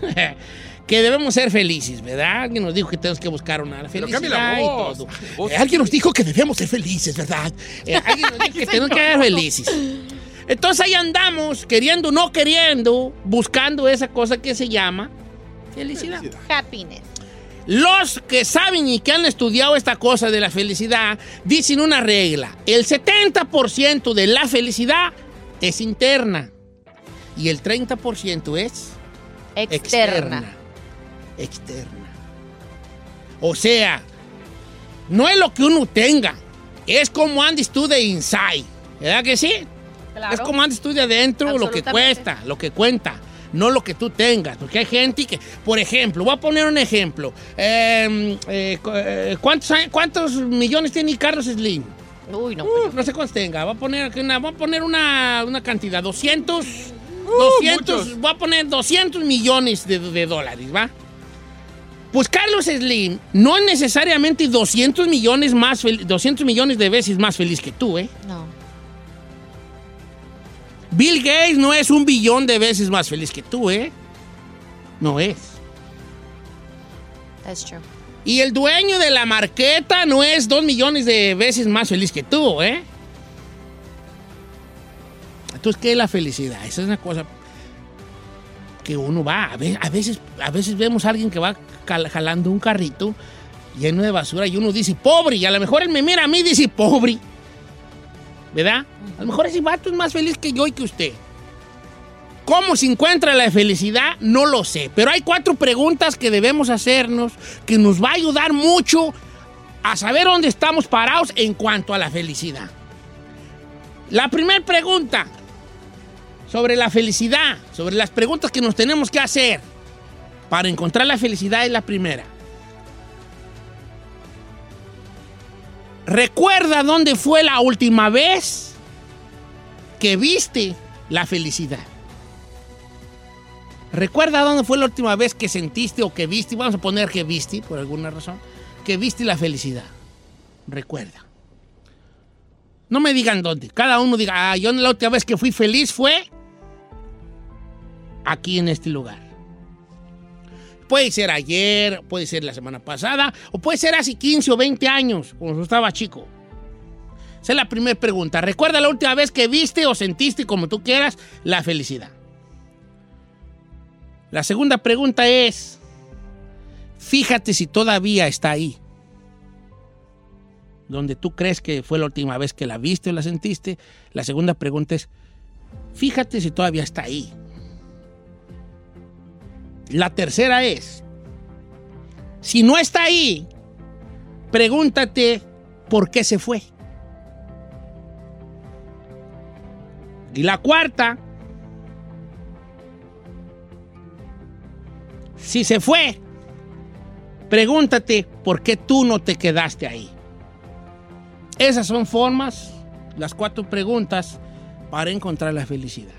S3: que debemos ser felices, ¿verdad? Alguien nos dijo que tenemos que buscar una felicidad
S5: cambia la
S3: y
S5: voz.
S3: todo.
S5: Voz.
S3: Eh, alguien nos dijo que debemos ser felices, ¿verdad? Eh, alguien nos dijo que tenemos que ser felices. Entonces ahí andamos, queriendo o no queriendo, buscando esa cosa que se llama felicidad.
S4: Happiness.
S3: Los que saben y que han estudiado esta cosa de la felicidad dicen una regla. El 70% de la felicidad es interna y el 30% es
S4: Externa.
S3: externa. Externa. O sea, no es lo que uno tenga, es como andes tú de inside. ¿Verdad que sí?
S4: Claro.
S3: Es como antes tú de adentro, lo que
S4: Absolutamente.
S3: cuesta, lo que cuenta, no lo que tú tengas. Porque hay gente que, por ejemplo, voy a poner un ejemplo. Eh, eh, cu- eh, ¿cuántos, hay- cuántos millones tiene Carlos Slim?
S4: Uy, no.
S3: Uh, no sé cuántos tenga. Voy a poner, aquí una, voy a poner una, una cantidad, 200, 200,
S4: Uh,
S5: muchos.
S3: voy a poner 200 millones de, de dólares, ¿va? Pues Carlos Slim no es necesariamente 200 millones, más fel- 200 millones de veces más feliz que tú, ¿eh?
S4: No.
S3: Bill Gates no es un billón de veces más feliz que tú, ¿eh? No es.
S4: That's true.
S3: Y el dueño de la marqueta no es dos millones de veces más feliz que tú, ¿eh? Entonces, ¿qué es la felicidad? Esa es una cosa que uno va. A ve- a veces, a veces vemos a alguien que va cal- jalando un carrito lleno de basura y uno dice, pobre, y a lo mejor él me mira a mí y dice, pobre. ¿Verdad? A lo mejor ese vato es más feliz que yo y que usted. ¿Cómo se encuentra la felicidad? No lo sé. Pero hay cuatro preguntas que debemos hacernos que nos va a ayudar mucho a saber dónde estamos parados en cuanto a la felicidad. La primera pregunta sobre la felicidad, sobre las preguntas que nos tenemos que hacer para encontrar la felicidad es la primera. Recuerda dónde fue la última vez que viste la felicidad. Recuerda dónde fue la última vez que sentiste o que viste, vamos a poner que viste por alguna razón, que viste la felicidad. Recuerda. No me digan dónde. Cada uno diga, ah, yo la última vez que fui feliz fue aquí en este lugar. Puede ser ayer, puede ser la semana pasada, o puede ser hace 15 o 20 años, cuando yo estaba chico. Esa es la primera pregunta. Recuerda la última vez que viste o sentiste, como tú quieras, la felicidad. La segunda pregunta es, fíjate si todavía está ahí. Donde tú crees que fue la última vez que la viste o la sentiste. La segunda pregunta es, fíjate si todavía está ahí. La tercera es, si no está ahí, pregúntate por qué se fue. Y la cuarta, si se fue, pregúntate por qué tú no te quedaste ahí. Esas son formas, las cuatro preguntas para encontrar la felicidad.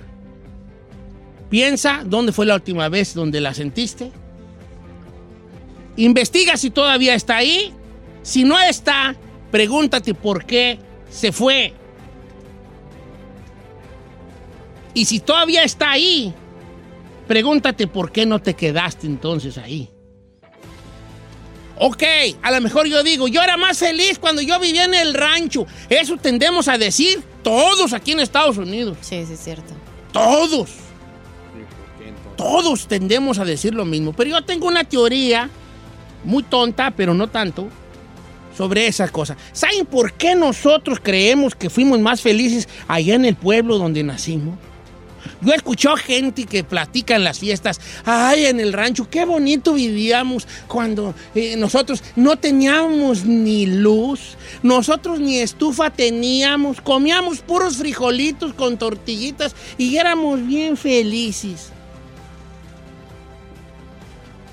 S3: Piensa dónde fue la última vez donde la sentiste. Investiga si todavía está ahí. Si no está, pregúntate por qué se fue. Y si todavía está ahí, Pregúntate por qué no te quedaste entonces ahí. Ok, a lo mejor yo digo, yo era más feliz cuando yo vivía en el rancho. Eso tendemos a decir todos aquí en Estados Unidos.
S4: Sí, sí, es cierto.
S3: Todos. Todos tendemos a decir lo mismo. Pero yo tengo una teoría muy tonta, pero no tanto, sobre esa cosa. ¿Saben por qué nosotros creemos que fuimos más felices allá en el pueblo donde nacimos? Yo he escuchado gente que platica en las fiestas, ay, en el rancho, qué bonito vivíamos cuando eh, nosotros no teníamos ni luz, nosotros ni estufa teníamos, comíamos puros frijolitos con tortillitas y éramos bien felices.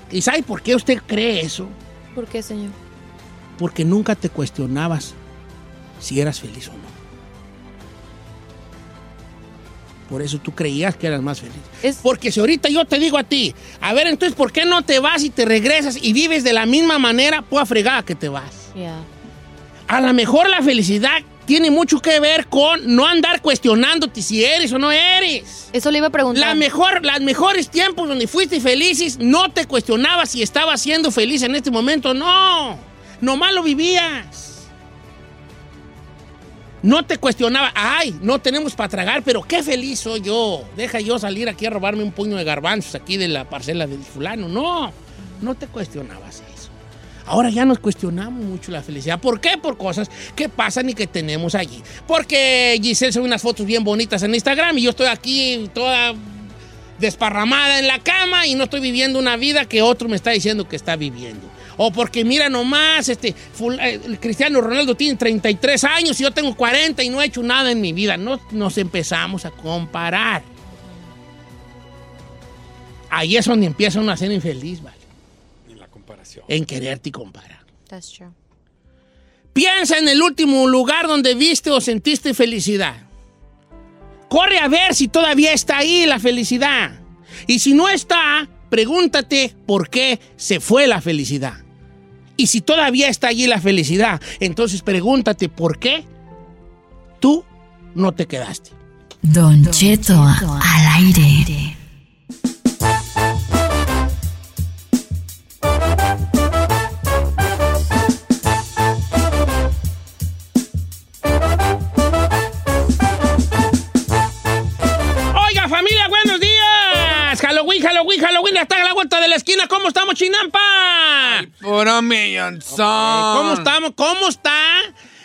S3: ¿Y sabe por qué usted cree eso?
S4: ¿Por qué, señor?
S3: Porque nunca te cuestionabas si eras feliz o no. Por eso tú creías que eras más feliz. Porque si ahorita yo te digo a ti, a ver, entonces, ¿por qué no te vas y te regresas y vives de la misma manera? Pues a fregar que te vas.
S4: Ya.
S3: A lo mejor la felicidad tiene mucho que ver con no andar cuestionándote si eres o no eres.
S4: Eso le iba a preguntar.
S3: La mejor, las mejores tiempos donde fuiste felices, no te cuestionabas si estabas siendo feliz en este momento. No, nomás lo vivías. No te cuestionaba, ay, no tenemos para tragar, pero qué feliz soy yo. Deja yo salir aquí a robarme un puño de garbanzos aquí de la parcela del fulano. No, no te cuestionabas eso. Ahora ya nos cuestionamos mucho la felicidad. ¿Por qué? Por cosas que pasan y que tenemos allí. Porque Giselle sube unas fotos bien bonitas en Instagram y yo estoy aquí toda desparramada en la cama y no estoy viviendo una vida que otro me está diciendo que está viviendo. O porque mira nomás, este, ful- eh, el Cristiano Ronaldo tiene 33 años y yo tengo 40 y no he hecho nada en mi vida. No, nos empezamos a comparar. Ahí es donde empieza una ser infeliz, ¿vale?
S5: La comparación.
S3: En quererte y comparar.
S4: That's true.
S3: Piensa en el último lugar donde viste o sentiste felicidad. Corre a ver si todavía está ahí la felicidad. Y si no está, pregúntate por qué se fue la felicidad. Y si todavía está allí la felicidad, entonces pregúntate por qué tú no te quedaste.
S2: Don, Cheto, al aire.
S3: Oiga, familia, buenos días. Halloween, Halloween, Halloween, hasta la vuelta de la esquina. ¿Cómo estamos, Chinampa?
S5: Puro millonzón.
S3: ¿Cómo estamos? ¿Cómo está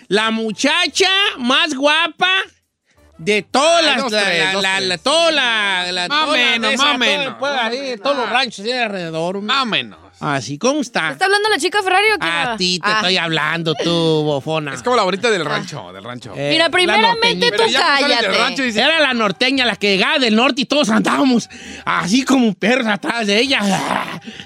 S3: la muchacha más guapa de todas
S5: Ay,
S3: las,
S5: dos,
S3: la-
S5: tres,
S3: la-
S5: dos,
S3: la-
S5: tres.
S3: la- toda la, la-
S5: Más o
S3: toda la
S5: menos,
S3: de esa,
S5: más o
S3: todo el
S5: menos.
S3: pueblo ahí, todos los ranchos de alrededor. hombre.
S5: Más o menos.
S3: Así, ¿cómo está?
S4: ¿Está hablando la chica Ferrari o qué?
S3: A ti te
S4: Ah.
S3: estoy hablando, tú, bofona.
S5: Es como la ahorita del rancho, del rancho.
S3: Eh,
S4: Mira,
S3: la
S4: primeramente
S3: norteñita.
S4: tú
S5: Pero ya que sales del
S4: cállate.
S5: rancho y dices,
S3: Era la norteña, la que llegaba del norte y todos andábamos así como perros atrás de ella.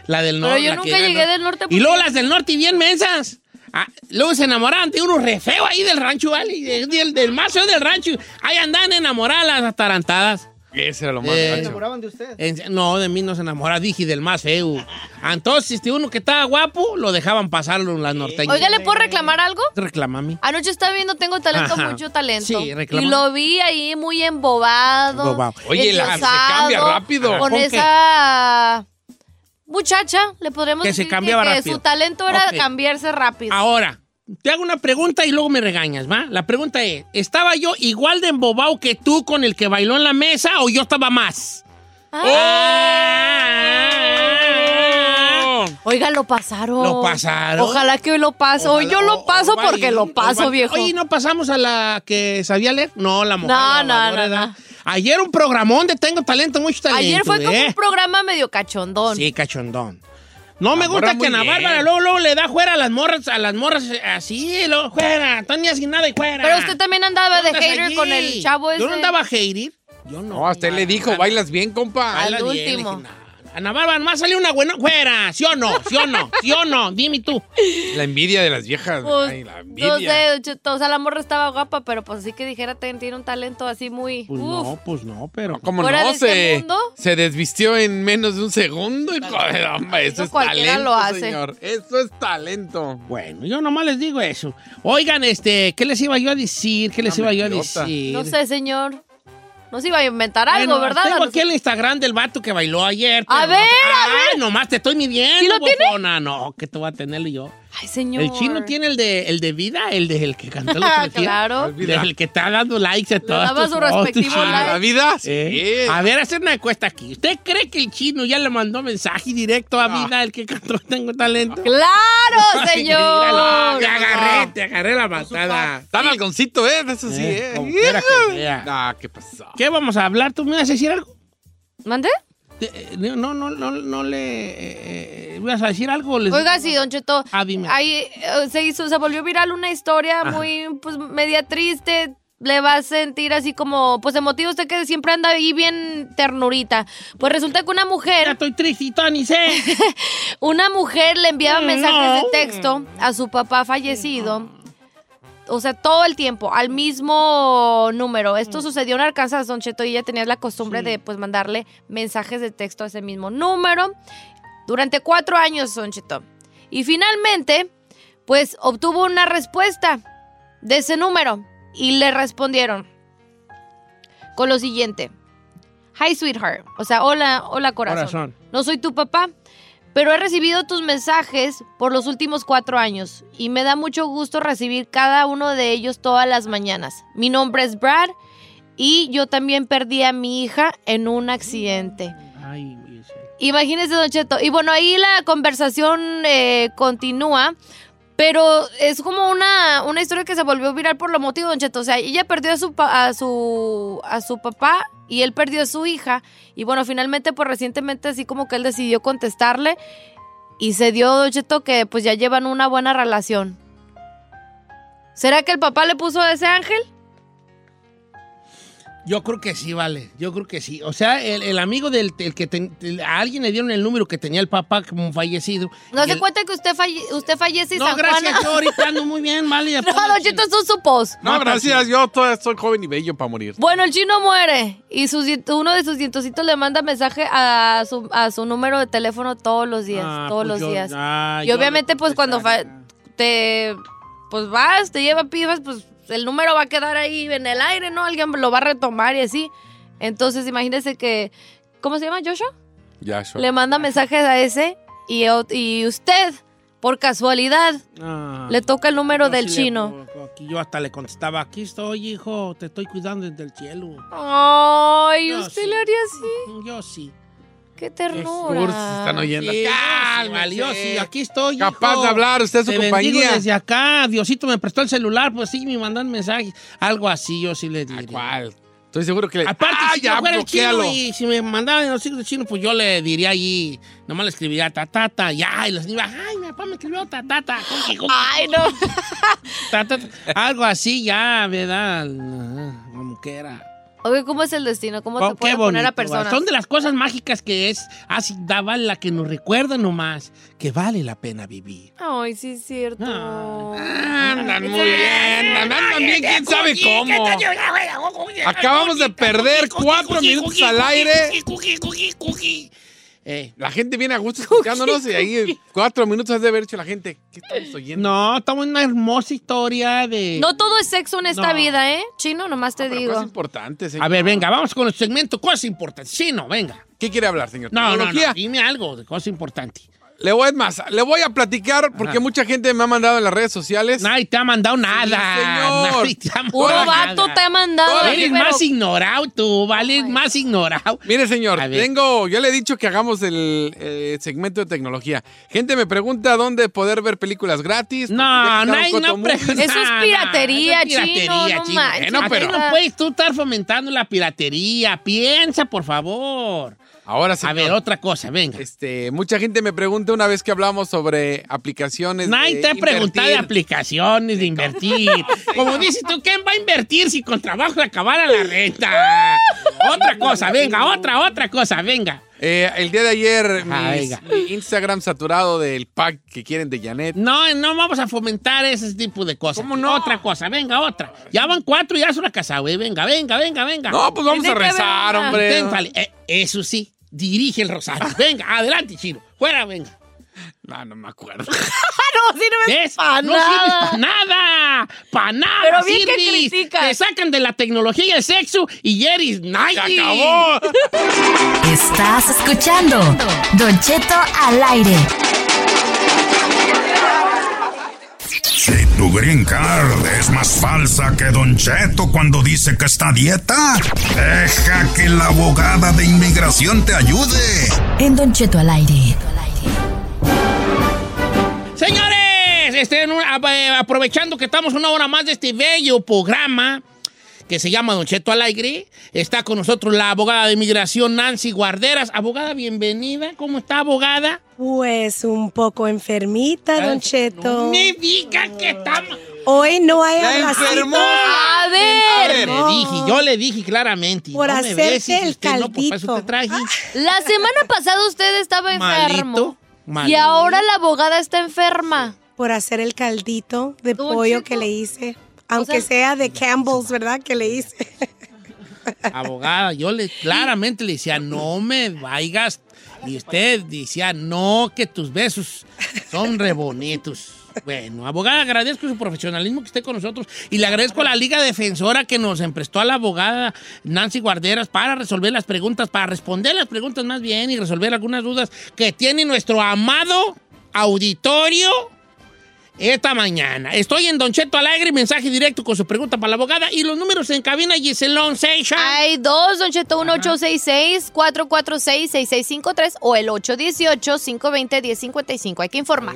S3: La del
S4: Pero
S3: norte.
S4: yo
S3: la que
S4: nunca
S3: llega
S4: llegué del norte
S3: Y
S4: porque-
S3: luego las del norte y bien mensas. Ah, luego se enamoraban de uno re feo ahí del rancho, ¿vale? Y de- Del, del más feo del rancho. Ahí andan enamoradas las atarantadas.
S5: Ese era lo más
S3: Eh,
S5: rancho.
S7: de usted?
S3: En- no, de mí no se enamoraba, dije del más feo. Entonces, este uno que estaba guapo, lo dejaban pasarlo las norteñas.
S4: Oiga, ¿le puedo reclamar algo?
S3: Reclama a mí.
S4: Anoche estaba viendo Tengo Talento,
S3: Ajá.
S4: mucho talento.
S3: Sí, reclamó.
S4: y lo vi ahí muy embobado.
S3: Embobado.
S5: Oye, la- se
S4: endiosado,
S5: cambia rápido.
S4: Con
S3: ¿Con qué?
S4: esa muchacha, le podremos
S3: Que se
S4: decir
S3: cambiaba
S4: que
S3: rápido.
S4: su talento era
S3: Ok.
S4: cambiarse rápido.
S3: Ahora, te hago una pregunta y luego me regañas, ¿va? La pregunta es, ¿estaba yo igual de embobado que tú con el que bailó en la mesa o yo estaba más? Oh.
S4: Oiga, lo pasaron.
S3: Lo pasaron. Oh,
S4: Ojalá que hoy lo pase. Hoy yo lo paso porque lo paso, viejo.
S3: Oye, ¿no pasamos a la que sabía leer? No, la mujer.
S4: No, no,
S3: lavadora,
S4: no,
S3: ¿verdad?
S4: no.
S3: Ayer un programón de Tengo Talento, mucho talento.
S4: Ayer fue como
S3: ¿eh?
S4: un programa medio cachondón.
S3: Sí, cachondón. No me
S5: morra
S3: gusta que
S5: muy
S3: Ana
S5: bien.
S3: Bárbara luego, luego le da fuera a las morras, a las morras eh, así, luego, fuera, Tonia sin nada y fuera.
S4: Pero usted también andaba de
S3: andas
S4: hater
S3: allí?
S4: con el chavo ese.
S3: Yo no andaba hater. Yo no.
S5: No, a usted le dijo, bailas bien, compa.
S4: Al
S3: Baila bien, le
S4: último.
S3: dije, "Nah". Ana Bárbara, nomás salió una buena. Fuera, ¿sí o no? ¿Sí o no? ¿Sí o no? Dime tú.
S5: La envidia de las viejas.
S4: Pues,
S5: Ay, la
S4: no
S5: envidia.
S4: sé, Cheto, o sea, la morra estaba guapa, pero pues así que dijera, "Ten- tiene un talento así muy...
S3: Pues
S4: uf".
S3: no, pues no, pero.
S5: Como
S4: ¿Fuera
S5: no,
S4: de este
S5: se,
S4: mundo?
S5: se desvistió en menos de un segundo. Y, joder, hombre, eso
S4: Eso
S5: es
S4: cualquiera
S5: talento,
S4: lo hace.
S5: señor. Eso es talento.
S3: Bueno, yo nomás les digo eso. Oigan, este, ¿qué les iba yo a decir? ¿Qué les
S5: Una
S3: iba yo a
S5: mentirota.
S3: decir?
S4: No sé, señor. No se iba a inventar algo,
S3: Bueno,
S4: ¿verdad?
S3: Tengo
S4: No
S3: aquí
S4: sé.
S3: el Instagram del vato que bailó ayer.
S4: A
S3: pero
S4: ver,
S3: no-
S4: a
S3: Ay, nomás te estoy midiendo,
S4: ¿Sí lo tiene?
S3: bofona. No, que te voy a tener yo.
S4: Ay, señor.
S3: El chino tiene el de, el de vida, el de el que cantó el otro día.
S4: Claro.
S3: De- El que está dando likes a todas.
S4: daba
S3: tus
S4: su
S3: fotos,
S4: respectivo
S3: chino.
S4: like. ¿La
S5: vida? Sí.
S3: Eh, A ver, hacer una encuesta aquí. ¿Usted cree que el chino ya le mandó mensaje directo a vida, el que cantó Tengo Talento?
S4: ¡Claro,
S3: Ay, míralo,
S4: señor!
S3: Te agarré, te agarré la matada.
S5: Tan algoncito, ¿eh? Eso sí, ¿eh?
S3: Eh, como quiera que sea.
S5: Ah, ¿qué pasó?
S3: ¿Qué vamos a hablar? ¿Tú me vas a decir algo?
S4: ¿Mande?
S3: Eh, eh, No, no, no, no le... eh, eh, ¿Me vas a decir algo? Les-
S4: Oiga, sí, Don Cheto.
S3: Ah, dime.
S4: Ahí eh, se hizo, se volvió viral una historia
S3: Ajá.
S4: muy, pues, media triste. Le va a sentir así como, pues emotivo usted que siempre anda ahí bien ternurita. Pues resulta que una
S3: Ya
S4: mujer,
S3: estoy tristito, ni sé.
S4: una mujer le enviaba
S3: Mm,
S4: mensajes
S3: no.
S4: de texto a su papá fallecido. O sea, todo el tiempo, al mismo número.
S3: Mm.
S4: Esto sucedió en Arkansas, Don Cheto, y ella tenía la costumbre de pues mandarle mensajes de texto a ese mismo número durante cuatro años, Don Cheto. Y finalmente, pues obtuvo una respuesta de ese número y le respondieron con lo siguiente. Hi, sweetheart. O sea, hola, hola,
S3: Corazón.
S4: No soy tu papá, pero he recibido tus mensajes por los últimos cuatro años y me da mucho gusto recibir cada uno de ellos todas las mañanas. Mi nombre es Brad y yo también perdí a mi hija en un accidente.
S3: Ay, mi ser.
S4: Imagínese, Don Cheto. Y bueno, ahí la conversación eh, continúa. Pero es como una, una historia que se volvió viral por lo motivo, Don Cheto. O sea, ella perdió a su, pa- a su, a su papá y él perdió a su hija. Y bueno, finalmente, pues recientemente, así como que él decidió contestarle. Y se dio, Don Cheto, que pues ya llevan una buena relación. ¿Será que el papá le puso a ese ángel?
S3: Yo creo que sí, vale. Yo creo que sí. O sea, el, el amigo del el que ten- el- a alguien le dieron el número que tenía el papá como fallecido.
S4: No
S3: Y
S4: se
S3: el-
S4: cuenta que usted, falle- usted fallece y
S3: No,
S4: San
S3: gracias,
S4: Juan-
S3: yo ahorita ando muy bien, vale. ya
S4: No,
S3: puedo
S4: Don
S3: decir.
S4: Cheto, eso es su post.
S5: No, gracias. Yo todavía estoy joven y bello para morir.
S4: Bueno, el chino muere y sus, diet- uno de sus dientecitos le manda mensaje a su, a su número de teléfono todos los días,
S3: Ah,
S4: todos
S3: pues
S4: los
S3: yo-
S4: días.
S3: ah,
S4: y
S3: yo
S4: obviamente,
S3: le
S4: pues cuando fa-
S3: contestaría.
S4: te pues vas, te lleva pifas, pues el número va a quedar ahí en el aire, ¿no? Alguien lo va a retomar y así. Entonces, imagínese que, ¿cómo se llama? Joshua.
S5: Ya, yo.
S4: Le manda mensajes a ese y, o- y usted, por casualidad,
S3: Ah,
S4: le toca el número
S3: yo
S4: del
S3: sí le-
S4: chino.
S3: yo hasta le contestaba, aquí estoy, hijo, te estoy cuidando desde el cielo.
S4: Ay,
S3: Yo
S4: usted
S3: sí.
S4: le haría así.
S3: Yo sí.
S4: Qué
S5: Cursi, están
S4: ternura.
S5: oyendo.
S3: Ah, Sí, yo sí,
S5: Cálmese.
S3: vale, yo sí, aquí estoy.
S5: Capaz
S3: hijo.
S5: de hablar, usted es su
S3: Te bendigo
S5: compañía.
S3: desde acá, Diosito me prestó el celular, pues sí, me mandan mensajes. Algo así yo sí le diría.
S5: ¿Cuál? Estoy seguro que le.
S3: Aparte,
S5: Ah,
S3: si yo fuera el chino
S5: bloquéalo.
S3: y si me mandaban los hijos de chino, pues yo le diría ahí, nomás le escribiría ta, ta, ta, ya, y los niños, ay, mi papá me escribió ta, ta, ta, conqui, conqui,
S4: Ay, no.
S3: ta, ta, ta". algo así ya, ¿verdad? Ajá, Como que era.
S4: Oye, ¿cómo es el destino? ¿Cómo
S3: Oh,
S4: te puede poner a
S3: bonito,
S4: personas?
S3: Son de las cosas mágicas que es, ah, así daba la que nos recuerda nomás que vale la pena vivir.
S4: Ay, sí es cierto.
S3: Ah,
S5: Andan muy bien, andan bien, quién sabe cómo. Acabamos de perder cuatro minutos al aire.
S3: Eh,
S5: La gente viene a gusto escuchándonos y ahí cuatro minutos has de haber hecho la gente. ¿Qué estamos oyendo?
S3: no, estamos en una hermosa historia de...
S4: No todo es sexo en esta
S3: No. Ah, pues
S4: vida, ¿eh? Chino, nomás te
S5: Pero
S4: digo.
S5: cosas importantes, señor.
S3: A ver, venga, vamos con el segmento Cosas Importantes. Sí, no, venga.
S5: ¿Qué quiere hablar, señor?
S3: No, no,
S5: ¿Tecnología?
S3: no, dime algo de cosas importantes.
S5: Le voy, es más, le voy a platicar porque
S3: Ajá.
S5: mucha gente me ha mandado en las redes sociales.
S3: Nadie te ha mandado nada.
S5: señor.
S3: Nadie te ha
S4: Puro
S3: mandado
S4: vato
S3: nada.
S4: te ha mandado.
S5: Toda la
S4: ahí,
S3: Eres
S4: pero-
S3: más ignorado tú, vale, eres más ignorado.
S5: Mire, señor,
S3: A ver.
S5: tengo, yo le he dicho que hagamos el eh, segmento de tecnología. Gente me pregunta dónde poder ver películas gratis. porque ya
S3: No, no
S5: quitaron
S3: hay
S5: Coto
S3: no
S5: Movies.
S3: pregunta
S4: Eso es
S3: nada.
S4: piratería,
S3: Eso Ah, es
S4: chino, no manches.
S3: Bueno, pero
S4: Aquí no
S3: no puedes tú estar fomentando la piratería. Piensa, por favor.
S5: Ahora sí.
S3: A ver, otra cosa, venga.
S5: Este, mucha gente me pregunta una vez que hablamos sobre aplicaciones.
S3: Nadie
S5: de
S3: te ha preguntado de
S5: invertir.
S3: aplicaciones, de invertir. Como dices tú, ¿quién va a invertir si con trabajo se acabara la renta? otra cosa, venga, otra, otra cosa, venga.
S5: Eh, el día de ayer,
S3: Ajá,
S5: mis-
S3: venga.
S5: mi Instagram saturado del pack que quieren de Janet.
S3: No, no vamos a fomentar ese tipo de cosas.
S5: ¿Cómo no?
S3: Otra cosa, venga, otra. Ya van cuatro y ya es una casa, güey. Venga, venga, venga, venga.
S5: No, pues vamos
S4: Tiene
S5: a
S4: que haber
S5: rezar,
S4: una.
S5: hombre.
S3: Inténtale. Eh, eso sí, dirige el rosario. Venga, adelante, chino. Fuera, venga.
S5: No, no me acuerdo.
S4: No, sí, no me-
S3: ¿Ves?
S4: pa'
S3: no
S4: nada.
S3: sirves para nada. Para nada.
S4: Pero bien que
S3: sirves.
S4: criticas.
S3: Te sacan de la tecnología y el sexo y eres nadie.
S5: ¡Se acabó!
S2: Estás escuchando Don Cheto al aire.
S1: ¿Tu green card es más falsa que Don Cheto cuando dice que está a dieta? Deja que la abogada de inmigración te ayude.
S2: En Don Cheto al aire.
S3: Señores, este, en un- a- eh, aprovechando que estamos una hora más de este bello programa que se llama Don Cheto Alegre, está con nosotros la abogada de inmigración Nancy Guarderas. Abogada, bienvenida. ¿Cómo está, abogada?
S8: Pues un poco enfermita, Don Cheto.
S3: me diga que estamos.
S8: Hoy no hay
S3: La
S8: abracitos.
S3: enfermó.
S8: A ver.
S3: Le dije, yo le dije claramente.
S8: Por
S3: no me
S8: hacerte
S3: beses,
S8: el
S3: usted no, pues, para eso te traje.
S4: La semana pasada usted
S8: Ah,
S4: estaba enfermo.
S3: Malito,
S4: Y
S3: malito.
S4: ahora la abogada está enferma.
S8: Por hacer el caldito de
S4: Don
S8: pollo
S4: Cheto.
S8: que le hice. Aunque sea de Campbell's, ¿verdad? Que le hice.
S3: Abogada, yo le claramente le decía, no me vayas. Y usted decía, no, que tus besos son re bonitos. Bueno, abogada, agradezco su profesionalismo que esté con nosotros y le agradezco a la Liga Defensora que nos emprestó a la abogada Nancy Guarderas para resolver las preguntas, para responder las preguntas más bien y resolver algunas dudas que tiene nuestro amado auditorio esta mañana. Estoy en Don Cheto Alegre, mensaje directo con su pregunta para la abogada y los números en cabina Giselón Seixas.
S4: Hay dos, Don Cheto, 1-866-446-6653 o el 818-520-1055. Hay que informar.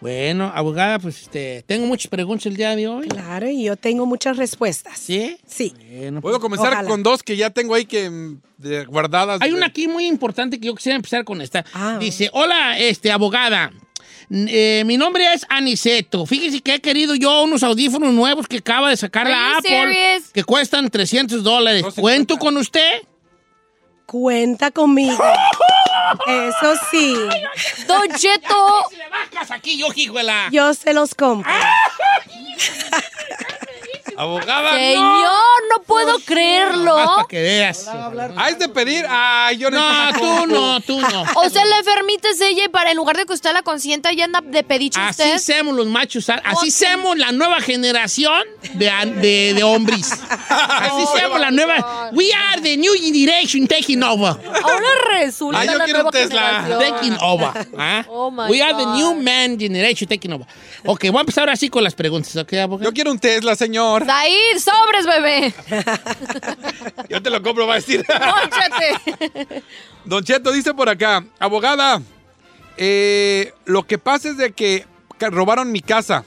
S3: Bueno, abogada, pues este, tengo muchas preguntas el día de hoy.
S8: Claro, y yo tengo muchas respuestas.
S3: ¿Sí?
S8: Sí.
S5: Puedo comenzar
S8: pues, Ojalá.
S5: con dos que ya tengo ahí que mm, de- guardadas.
S3: Hay una aquí muy importante que yo quisiera empezar con esta.
S8: Ah,
S3: Dice, hola, este, abogada. N- eh, mi nombre es Aniceto. Fíjese que he querido yo unos audífonos nuevos que acaba de sacar la
S8: Are you
S3: Apple
S8: serious?
S3: que cuestan 300 dólares. ¿Cuento con usted?
S8: Cuenta conmigo. Eso sí.
S4: Don Cheto.
S3: Si le bajas aquí, yo, hijo de la-
S8: Yo se los compro.
S5: Abogada.
S4: Señor, no puedo creerlo.
S5: Basta
S3: que veas.
S5: Hay Ah, de pedir. Ay, yo
S3: No, tú no, tú no.
S4: O sea, la enfermita es ella y para en lugar de que usted la consienta, ya anda de pedicho
S3: Así
S4: usted.
S3: somos los machos, así somos la nueva generación de, de, de hombres. Así somos la nueva. We are the new generation taking over.
S4: Ahora resulta
S3: Ah, yo
S4: la
S3: quiero
S4: nueva
S3: Tesla.
S4: generación.
S3: Taking over. ¿ah?
S4: Oh, my
S3: We are the
S4: God.
S3: new man generation taking over. Ok, voy a empezar ahora sí con las preguntas. ¿ok, abogado?
S5: Yo quiero un Tesla, señor.
S4: Ahí, sobres, bebé.
S5: Yo te lo compro, va a decir.
S4: Pónchate.
S5: Don Cheto dice por acá, abogada, eh, lo que pasa es de que ca- robaron mi casa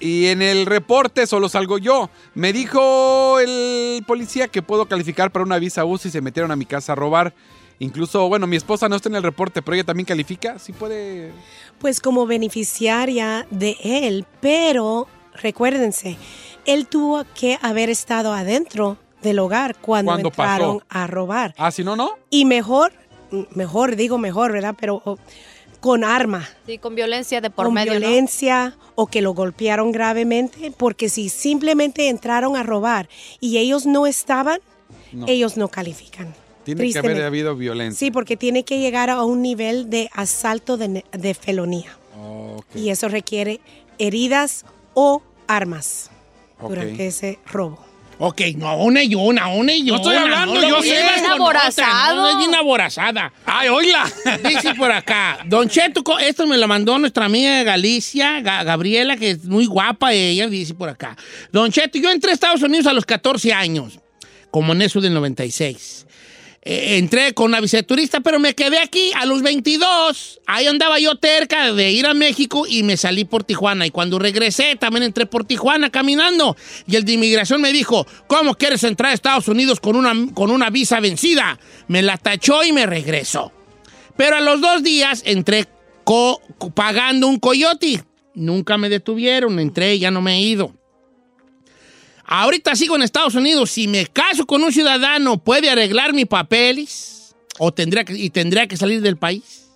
S5: y en el reporte solo salgo yo. Me dijo el policía que puedo calificar para una visa U si se metieron a mi casa a robar. Incluso, bueno, mi esposa no está en el reporte, pero ella también califica. Sí puede.
S8: pues como beneficiaria de él, pero recuérdense, él tuvo que haber estado adentro del hogar cuando,
S5: Cuando
S8: entraron
S5: pasó.
S8: a robar.
S5: Ah, si no, no.
S8: Y mejor, mm, mejor, digo mejor, ¿verdad? Pero oh, con arma,
S4: Sí, con violencia de por
S8: con
S4: medio. ¿no?
S8: violencia o que lo golpearon gravemente, porque si simplemente entraron a robar y ellos no estaban,
S5: No.
S8: ellos no califican.
S5: Tiene que haber
S8: Tristemente.
S5: habido violencia.
S8: Sí, porque tiene que llegar a un nivel de asalto de, ne- de felonía. Y eso requiere heridas o armas durante ese robo.
S3: Ok, no, una y una, una y una.
S8: No estoy hablando,
S3: lo
S8: yo sé.
S3: llevas
S8: Bien
S3: con otra,
S8: aborazado.
S3: No, es bien aborazada. ¡Ay, oíla! Dice por acá, Don Cheto, co- esto me lo mandó nuestra amiga de Galicia, Ga- Gabriela, que es muy guapa ella, dice por acá. Don Cheto, yo entré a Estados Unidos a los 14 años, como en eso del 96. Eh, entré con una visa de turista, pero me quedé aquí a los 22. Ahí andaba yo cerca de ir a México y me salí por Tijuana. Y cuando regresé, también entré por Tijuana caminando. Y el de inmigración me dijo, ¿cómo quieres entrar a Estados Unidos con una, con una visa vencida? Me la tachó y me regresó. Pero a los dos días entré co- co- pagando un coyote. Nunca me detuvieron, entré y ya no me he ido. Ahorita sigo en Estados Unidos. Si me caso con un ciudadano, ¿puede arreglar mis papeles? ¿O tendría que, y tendría que salir del país?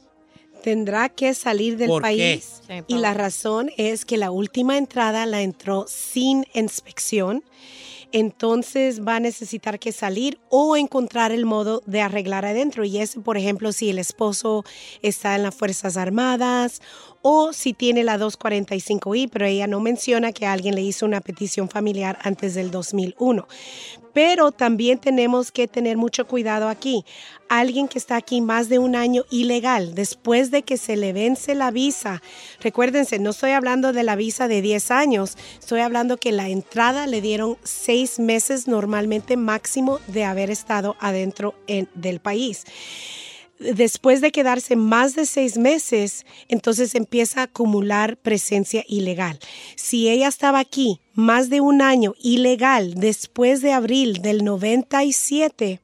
S8: Tendrá que salir del
S3: ¿Por qué?
S8: país. Y la razón es que la última entrada la entró sin inspección. Entonces va a necesitar que salir o encontrar el modo de arreglar adentro. Y es, por ejemplo, si el esposo está en las Fuerzas Armadas o si tiene la 245I, pero ella no menciona que alguien le hizo una petición familiar antes del 2001. Pero también tenemos que tener mucho cuidado aquí. Alguien que está aquí más de un año ilegal, después de que se le vence la visa, recuérdense, no estoy hablando de la visa de 10 años, estoy hablando que la entrada le dieron seis meses normalmente máximo de haber estado adentro en- del país después de quedarse más de seis meses, entonces empieza a acumular presencia ilegal. Si ella estaba aquí más de un año ilegal después de abril del 97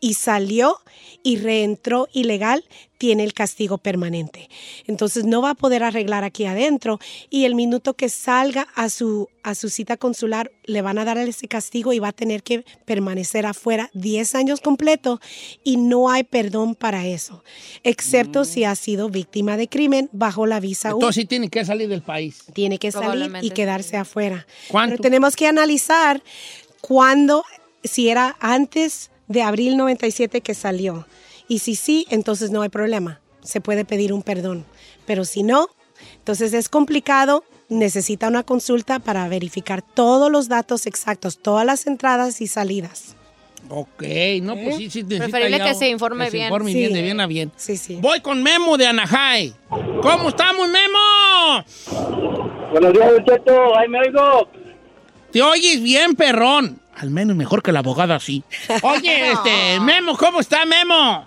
S8: y salió y reentró ilegal, tiene el castigo permanente. Entonces no va a poder arreglar aquí adentro y el minuto que salga a su, a su cita consular le van a dar ese castigo y va a tener que permanecer afuera 10 años completo y no hay perdón para eso, excepto si ha sido víctima de crimen bajo la visa U.
S3: Entonces sí tiene que salir del país.
S8: Tiene que salir
S3: Probablemente
S8: y
S3: sí.
S8: quedarse afuera.
S3: ¿Cuánto?
S8: Pero tenemos que analizar cuándo, si era antes de abril 97 que salió. Y si sí, entonces no hay problema. Se puede pedir un perdón. Pero si no, entonces es complicado. Necesita una consulta para verificar todos los datos exactos, todas las entradas y salidas.
S3: Ok, no, pues sí, sí. necesita ya
S4: Preferible ¿Eh? que
S3: un-
S4: se informe
S3: que se
S4: bien.
S3: informe
S4: Sí.
S3: bien, de bien a bien.
S8: Sí, sí.
S3: Voy con Memo de Anajay. ¿Cómo estamos, Memo?
S7: Buenos días, Cheto. Ahí me oigo.
S3: Te oyes bien, perrón. Al menos mejor que la abogada, sí. Oye, este, Memo, ¿cómo está, Memo?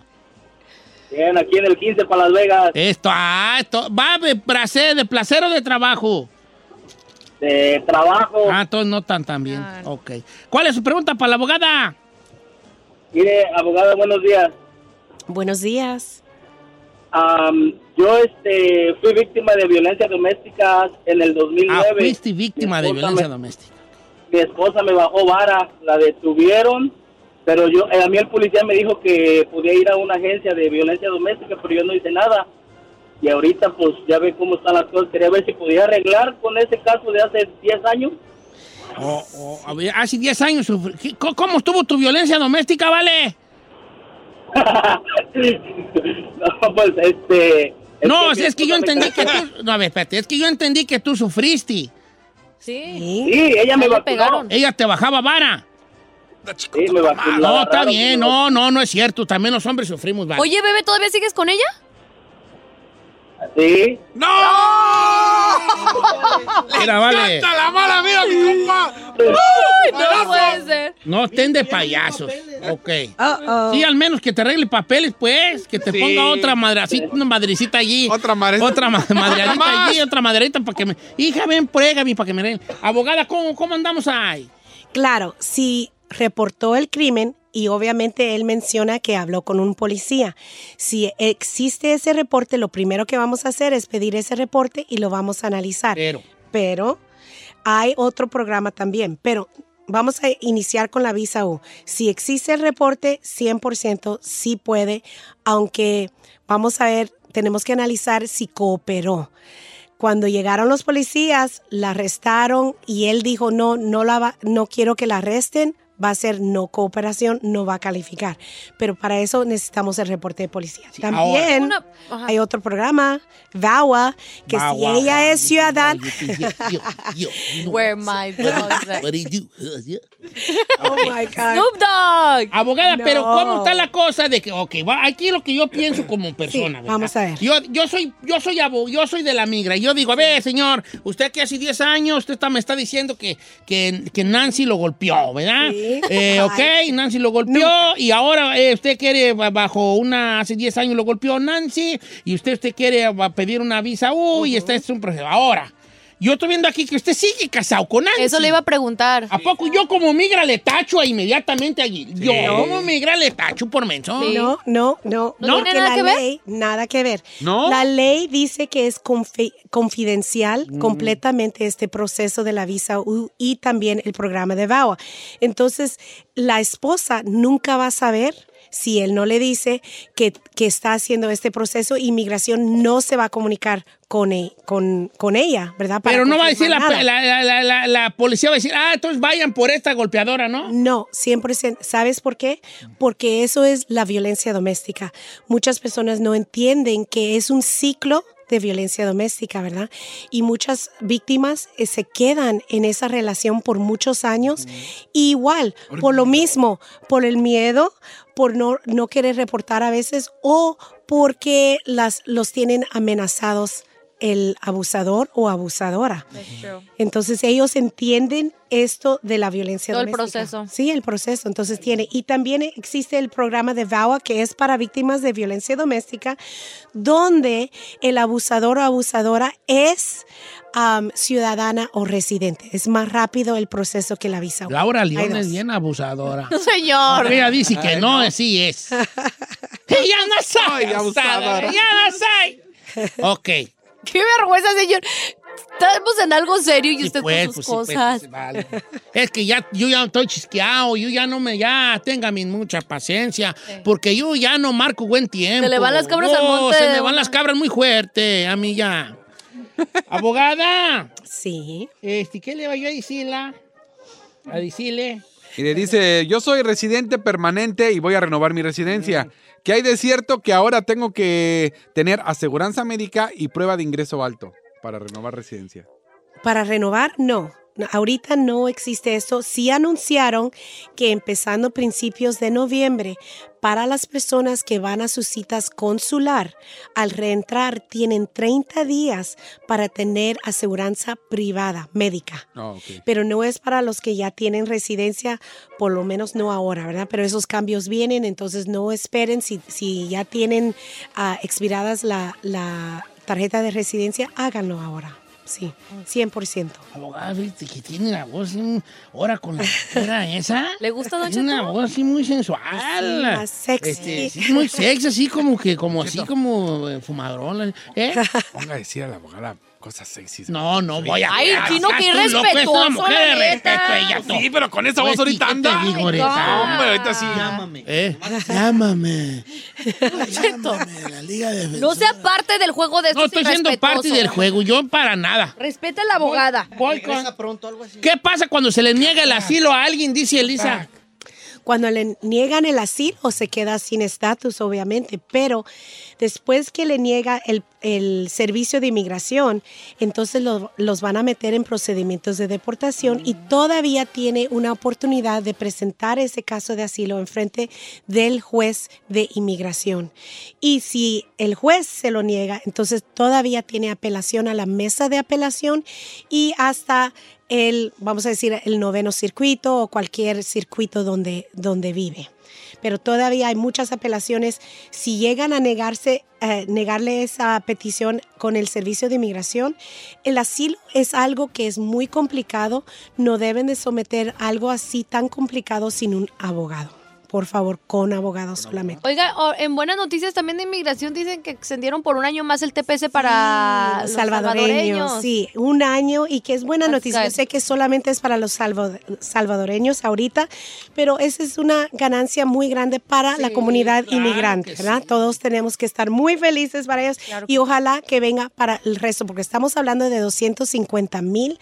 S7: Bien, aquí en el 15 para Las Vegas.
S3: Esto, ah, esto, va de placer, de placer o de trabajo.
S7: De trabajo.
S3: Ah, todos no tan tan bien. Ok. ¿Cuál es su pregunta para la abogada?
S7: Mire, abogada, buenos días.
S8: Buenos días.
S7: Am, yo este, fui víctima de violencia doméstica en el 2009.
S3: Ah, fuiste víctima de violencia doméstica.
S7: mi esposa me bajó vara, la detuvieron, pero yo eh, a mí el policía me dijo que podía ir a una agencia de violencia doméstica, pero yo no hice nada. Y ahorita pues ya ve cómo están las cosas, quería ver si podía arreglar con ese caso de hace 10 años.
S3: O- o- Oh, a ver, hace 10 años sufrí- ¿Qué- co- ¿Cómo estuvo tu violencia doméstica, vale?
S7: no, pues este es
S3: no,
S7: que
S3: si
S7: mi
S3: es que yo
S7: esposa me
S3: entendí que tú. No, a ver, espérate, es que yo entendí que tú sufriste.
S4: Sí.
S7: Sí, ella me vacunó.
S3: Ella te bajaba vara.
S7: Sí, me vacunó. La
S3: no, está
S7: agarraron,
S3: bien,
S7: me
S3: no, no, no es cierto. También los hombres sufrimos vara.
S4: Oye, bebé, ¿todavía sigues con ella?
S7: Sí.
S3: Mira, vale.
S5: ¡Canta la
S2: Ah,
S5: mala, mira, mi compa!
S4: ¡Ay, no
S5: ¡Balazo!
S4: puede ser!
S3: No estén de payasos. Ok. Sí, al menos que te arregle papeles, pues. Que te
S5: Sí.
S3: ponga otra madracita, una madrecita allí. Otra madrecita. Otra ma- madreadita
S5: Más.
S3: allí, otra madrecita para que me. Hija, ven, mi para que me arregle. Abogada, ¿cómo, cómo andamos ahí?
S8: Claro, si reportó el crimen y obviamente él menciona que habló con un policía. Si existe ese reporte, lo primero que vamos a hacer es pedir ese reporte y lo vamos a analizar.
S3: Pero.
S8: Pero hay otro programa también, pero vamos a iniciar con la visa U. Si existe el reporte, 100% sí puede, aunque vamos a ver, tenemos que analizar si cooperó. Cuando llegaron los policías, la arrestaron y él dijo, no, no, la va- no quiero que la arresten, va a ser no cooperación, no va a calificar. Pero para eso necesitamos el reporte de policía. También
S4: Una- ajá.
S8: hay otro programa, VAWA, que si
S3: VAWA,
S8: ella es ciudadana...
S3: Yo, you know
S4: Where my dogs at.
S3: what I do, huh, yeah.
S8: Oh my God.
S4: Snoop Dogg.
S3: Abogada,
S8: No.
S3: pero ¿cómo está la cosa de que, ok, va, aquí es lo que yo pienso como persona,
S8: Sí,
S3: ¿verdad?
S8: vamos a ver.
S3: Yo, yo soy, yo soy abo- yo soy de la migra. y Yo digo, a ver, señor, usted que hace 10 años, usted está- me está diciendo que, que, que Nancy lo golpeó, ¿verdad?
S8: Sí.
S3: Eh, ok, Nancy lo golpeó y ahora eh, usted quiere ba- bajo una, hace 10 años lo golpeó Nancy y usted, usted quiere ba- pedir una visa U y este es un proceso. Ahora, yo estoy viendo aquí que usted sigue casado con Nancy.
S4: Eso le iba a preguntar.
S3: ¿A poco yo como migra le tacho a inmediatamente allí? Yo como migra le tacho por menso.
S4: Sí.
S8: No, no, no.
S4: ¿No
S8: porque
S4: tiene nada
S8: la
S4: que ver?
S8: ley- Nada que ver.
S5: ¿No?
S8: La ley dice que es confi- confidencial
S3: Mm.
S8: completamente este proceso de la visa U y también el programa de VAWA. Entonces, la esposa nunca va a saber si él no le dice que, que está haciendo este proceso, inmigración no se va a comunicar con, e- con, con ella, ¿verdad? Para
S3: Pero no va a decir la,
S8: confirmar nada.
S3: la- la- la- la- la policía, va a decir, ah, entonces vayan por esta golpeadora, ¿no?
S8: No, 100%. ¿Sabes por qué? Porque eso es la violencia doméstica. Muchas personas no entienden que es un ciclo de violencia doméstica, ¿verdad? Y muchas víctimas eh, se quedan en esa relación por muchos años.
S3: Mm.
S8: Y igual, por lo mismo, por el miedo, por no, no querer reportar a veces o porque las, los tienen amenazados el abusador o abusadora. Entonces ellos entienden esto de la violencia
S4: Todo el
S8: doméstica.
S4: proceso.
S8: Sí, el proceso. Entonces tiene. Y también existe el programa de VAWA, que es para víctimas de violencia doméstica, donde el abusador o abusadora es am, ciudadana o residente. Es más rápido el proceso que la visa. U.
S3: Laura
S8: Hay
S3: León
S8: dos.
S3: es bien abusadora.
S4: No, señor.
S3: Ella dice que
S8: Ay,
S3: no, sí es. ¡Ella no soy
S4: Ay, abusadora.
S3: abusadora! ¡Ella no soy! Ok.
S4: Qué vergüenza, señor. Estamos en algo serio y usted
S3: pues,
S4: con sus
S3: pues, sí, pues,
S4: cosas.
S3: pues, vale. Es que ya, yo ya estoy chisqueado, yo ya no me, ya, tengan mi mucha paciencia, porque yo ya no marco buen tiempo. Oh,
S4: Se le van las cabras al monte
S3: Se
S4: de
S3: me van
S4: una.
S3: las cabras muy fuerte, a mí ya. Abogada.
S8: Sí.
S3: Este, ¿qué le vaya a decirla? A decirle.
S5: Y le dice, yo soy residente permanente y voy a renovar mi residencia. Que hay de cierto que ahora tengo que tener aseguranza médica y prueba de ingreso alto para renovar residencia.
S8: Para renovar, no. No, Ahorita no existe eso. Sí anunciaron que empezando principios de noviembre, para las personas que van a sus citas consular, al reentrar tienen 30 días para tener aseguranza privada
S3: pues.
S8: médica.
S5: Ah, ok.
S8: Pero no es para los que ya tienen residencia, por lo menos no ahora, ¿verdad? Pero esos cambios vienen, entonces no esperen si, si ya tienen ah, expiradas la, la tarjeta de residencia, háganlo ahora. Sí, 100%.
S3: Abogada, fíjate este que tiene la voz mm, ahora con la era esa.
S4: ¿Le gusta, don
S3: Tiene una
S4: Cheto?
S3: voz así muy sensual.
S8: Sí, más sexy.
S3: Este, sí, muy sexy, así como que, como así como eh, fumadrón. ¿eh?
S5: Ponga a decir a la abogada cosas sexys.
S3: No, no voy a.
S4: Ay,
S3: Ah,
S4: Chino,
S3: estás
S4: qué
S3: tú loco, es
S4: respetuoso,
S3: una mujer
S4: la
S3: de
S4: neta.
S3: respeto, ella.
S5: Sí, pero con esa voz
S3: Pues,
S5: ahorita
S3: ¿qué te
S5: anda.
S3: digo,
S5: Hombre,
S3: Oreza?
S5: ahorita sí.
S3: ¿Eh? Llámame.
S4: Cheto,
S3: La Liga de
S4: No sea parte del juego de estos
S3: No estoy siendo parte
S4: irrespetuosos.
S3: del juego, yo para nada.
S4: Respeta a la abogada.
S3: Voy con- ¿Qué pasa cuando se le niega el asilo a alguien? Dice Elisa.
S8: Cuando le niegan el asilo, se queda sin estatus, obviamente, pero después que le niega el, el servicio de inmigración, entonces lo- los van a meter en procedimientos de deportación y todavía tiene una oportunidad de presentar ese caso de asilo en frente del juez de inmigración. Y si el juez se lo niega, entonces todavía tiene apelación a la mesa de apelación y hasta el, vamos a decir, el noveno circuito o cualquier circuito donde, donde vive. Pero todavía hay muchas apelaciones. Si llegan a negarse, eh, negarle esa petición con el servicio de inmigración, el asilo es algo que es muy complicado. No deben de someter algo así tan complicado sin un abogado. Por favor, con abogado solamente.
S4: Oiga, o- en buenas noticias también de inmigración dicen que extendieron por un año más el TPS para los
S8: salvadoreños,
S4: salvadoreños.
S8: sí, un año y que es buena
S4: That's
S8: noticia. Yo
S4: good.
S8: sé que solamente es para los salva- salvadoreños ahorita, pero esa es una ganancia muy grande para la comunidad
S3: claro
S8: inmigrante,
S3: que
S8: ¿verdad? Todos tenemos que estar muy felices para ellos y ojalá que venga para el resto, porque estamos hablando de 250 mil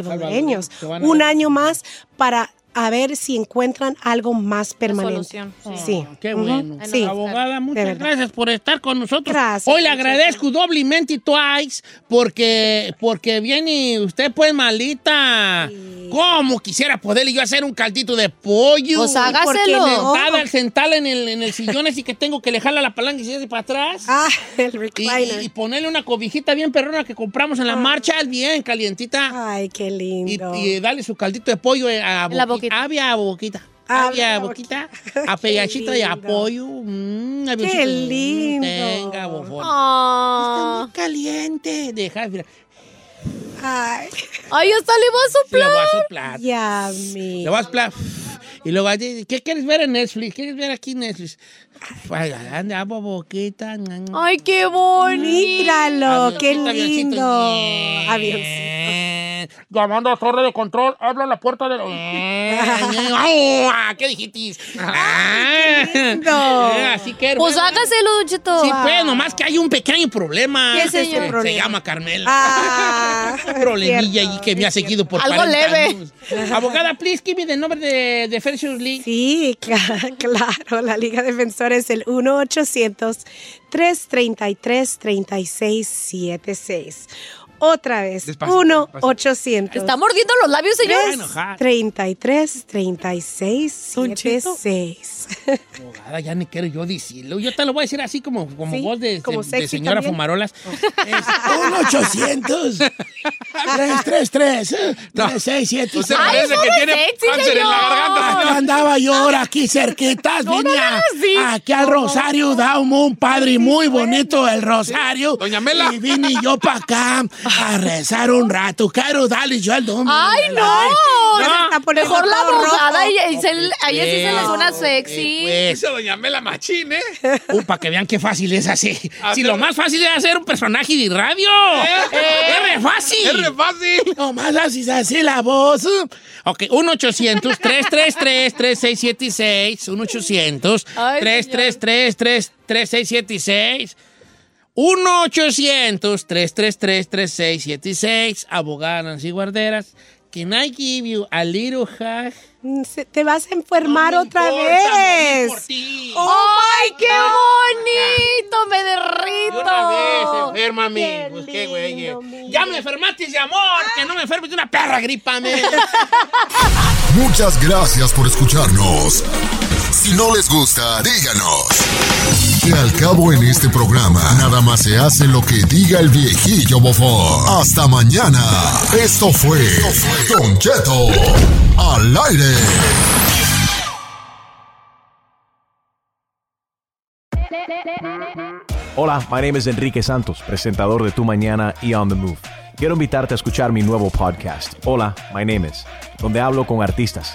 S8: salvadoreños,
S3: Salvadoreños que van a
S8: un
S3: ver.
S8: año más para a ver si encuentran algo más permanente. Oh,
S4: solución, sí.
S8: Sí.
S3: Qué
S8: Ujú,
S3: bueno.
S8: Sí.
S3: Abogada, muchas
S8: De verdad.
S3: gracias por estar con nosotros.
S8: Gracias,
S3: Hoy le
S8: muchas
S3: agradezco doblemente y twice porque, porque viene usted pues malita. ¿Cómo quisiera poderle yo hacer un caldito de pollo?
S4: Pues
S8: qué
S4: hágaselo.
S8: no?
S3: Sentada, al sentarla en el, en el sillón así que tengo que le jalar la palanca y se hace para atrás.
S8: Ah, el
S3: Y,
S8: recliner.
S3: y ponerle una cobijita bien perrona que compramos en la marcha, bien calientita.
S8: Ay, qué
S3: Y,
S8: lindo.
S3: y darle su caldito de pollo eh, a
S4: En la
S3: boquita. Había a boquita.
S8: Había
S3: Había a
S8: a
S3: boquita.
S8: boquita.
S3: A pegachita y a
S8: lindo.
S3: pollo. Mm, a
S8: Qué
S3: besito. Mm,
S8: lindo.
S3: Venga, bofón. Está
S4: Ah.
S3: muy caliente. Deja, mira.
S8: Ay,
S4: Ay, hasta le va a
S3: Le voy
S4: soplar.
S3: a soplar.
S8: yummy.
S3: Le voy a soplar. Y luego, allí, ¿qué quieres ver en Netflix? ¿Quieres ver aquí en Netflix? Ay, Anda, a boquita. na, na.
S4: Ay, qué bonito.
S8: Míralo, qué
S3: Avioncito, avioncito.
S8: lindo.
S3: Bien.
S8: Avioncito.
S3: Eh, llamando a torre de control, habla a la puerta de... Eh, ¡Ah! ¿Qué dijiste? Ah, eh, así que...
S4: Pues hágaselo, Don Cheto.
S3: Sí, pues, nomás que hay un pequeño problema. Este,
S4: ¿Qué es ese
S3: Se- Se
S4: problema?
S3: llama Carmela.
S8: Ah,
S3: problemilla ahí que me ha seguido por
S8: Algo
S3: 40
S8: leve.
S3: años. Abogada, please give me the nombre de, de Fersius Lee.
S8: Sí, cla- claro, la Liga Defensora es el 1-800-333-3676. Otra vez,
S4: Despacito,
S8: 1-800.
S4: Está mordiendo los labios, señor.
S8: Tres,
S4: Está enojada.
S8: 33 36
S3: Cheto.
S8: 76.
S3: Abogada, ya ni quiero yo decirlo. Yo te lo voy a decir así como, como Oh. voz de, de-
S8: como
S3: de
S8: sexy
S3: señora
S8: también.
S3: Fumarolas.
S9: Un 800 333 367
S3: Usted Ay, parece que no tiene eres sexy, cáncer en la señor. garganta, señor.
S9: Andaba yo ahora aquí cerquitas,
S3: No, no,
S9: vine a-
S3: no, sí.
S9: aquí al Rosario, da un- un padre muy bonito el Rosario. Doña Mela. Y vine yo para acá a rezar un rato. Quiero darle yo al domingo.
S4: ¡Ay, no! Mejor la
S8: todo
S4: abogada.
S8: rojo.
S4: y- y se- A ella sí se le suena sexy.
S3: Pues,
S5: doña Mela Machín, ¿eh? Ah,
S3: para que vean qué fácil es así. Si lo más fácil es hacer un personaje de radio.
S9: Eh.
S3: ¡Es re fácil!
S9: Es re
S3: fácil!
S9: Nomás así, así la voz.
S3: Ok, 1-800-333-3676. 1-800.
S9: Ay,
S3: 333-3676. 1-800-333-3676. Abogada Nancy Guarderas. Can I give you a little hug?
S8: Mm, se- Te vas a enfermar otra vez.
S4: ¡Ay, qué bonito! ¡Me derrito!
S3: Una vez, enfermame. Pues qué güey. Ya me enfermaste de amor. Que no me enfermes de una perra gripa, men.
S10: Muchas gracias por escucharnos. Si no les gusta, díganos. Que al cabo en este programa, nada más se hace lo que diga el viejillo bofón. Hasta mañana. Esto fue Don Cheto al aire.
S11: Hola, my name is Enrique Santos, presentador de Tu Mañana y On the Move. Quiero invitarte a escuchar mi nuevo podcast, Hola, my name is, donde hablo con artistas,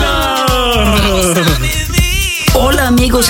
S12: Hola amigos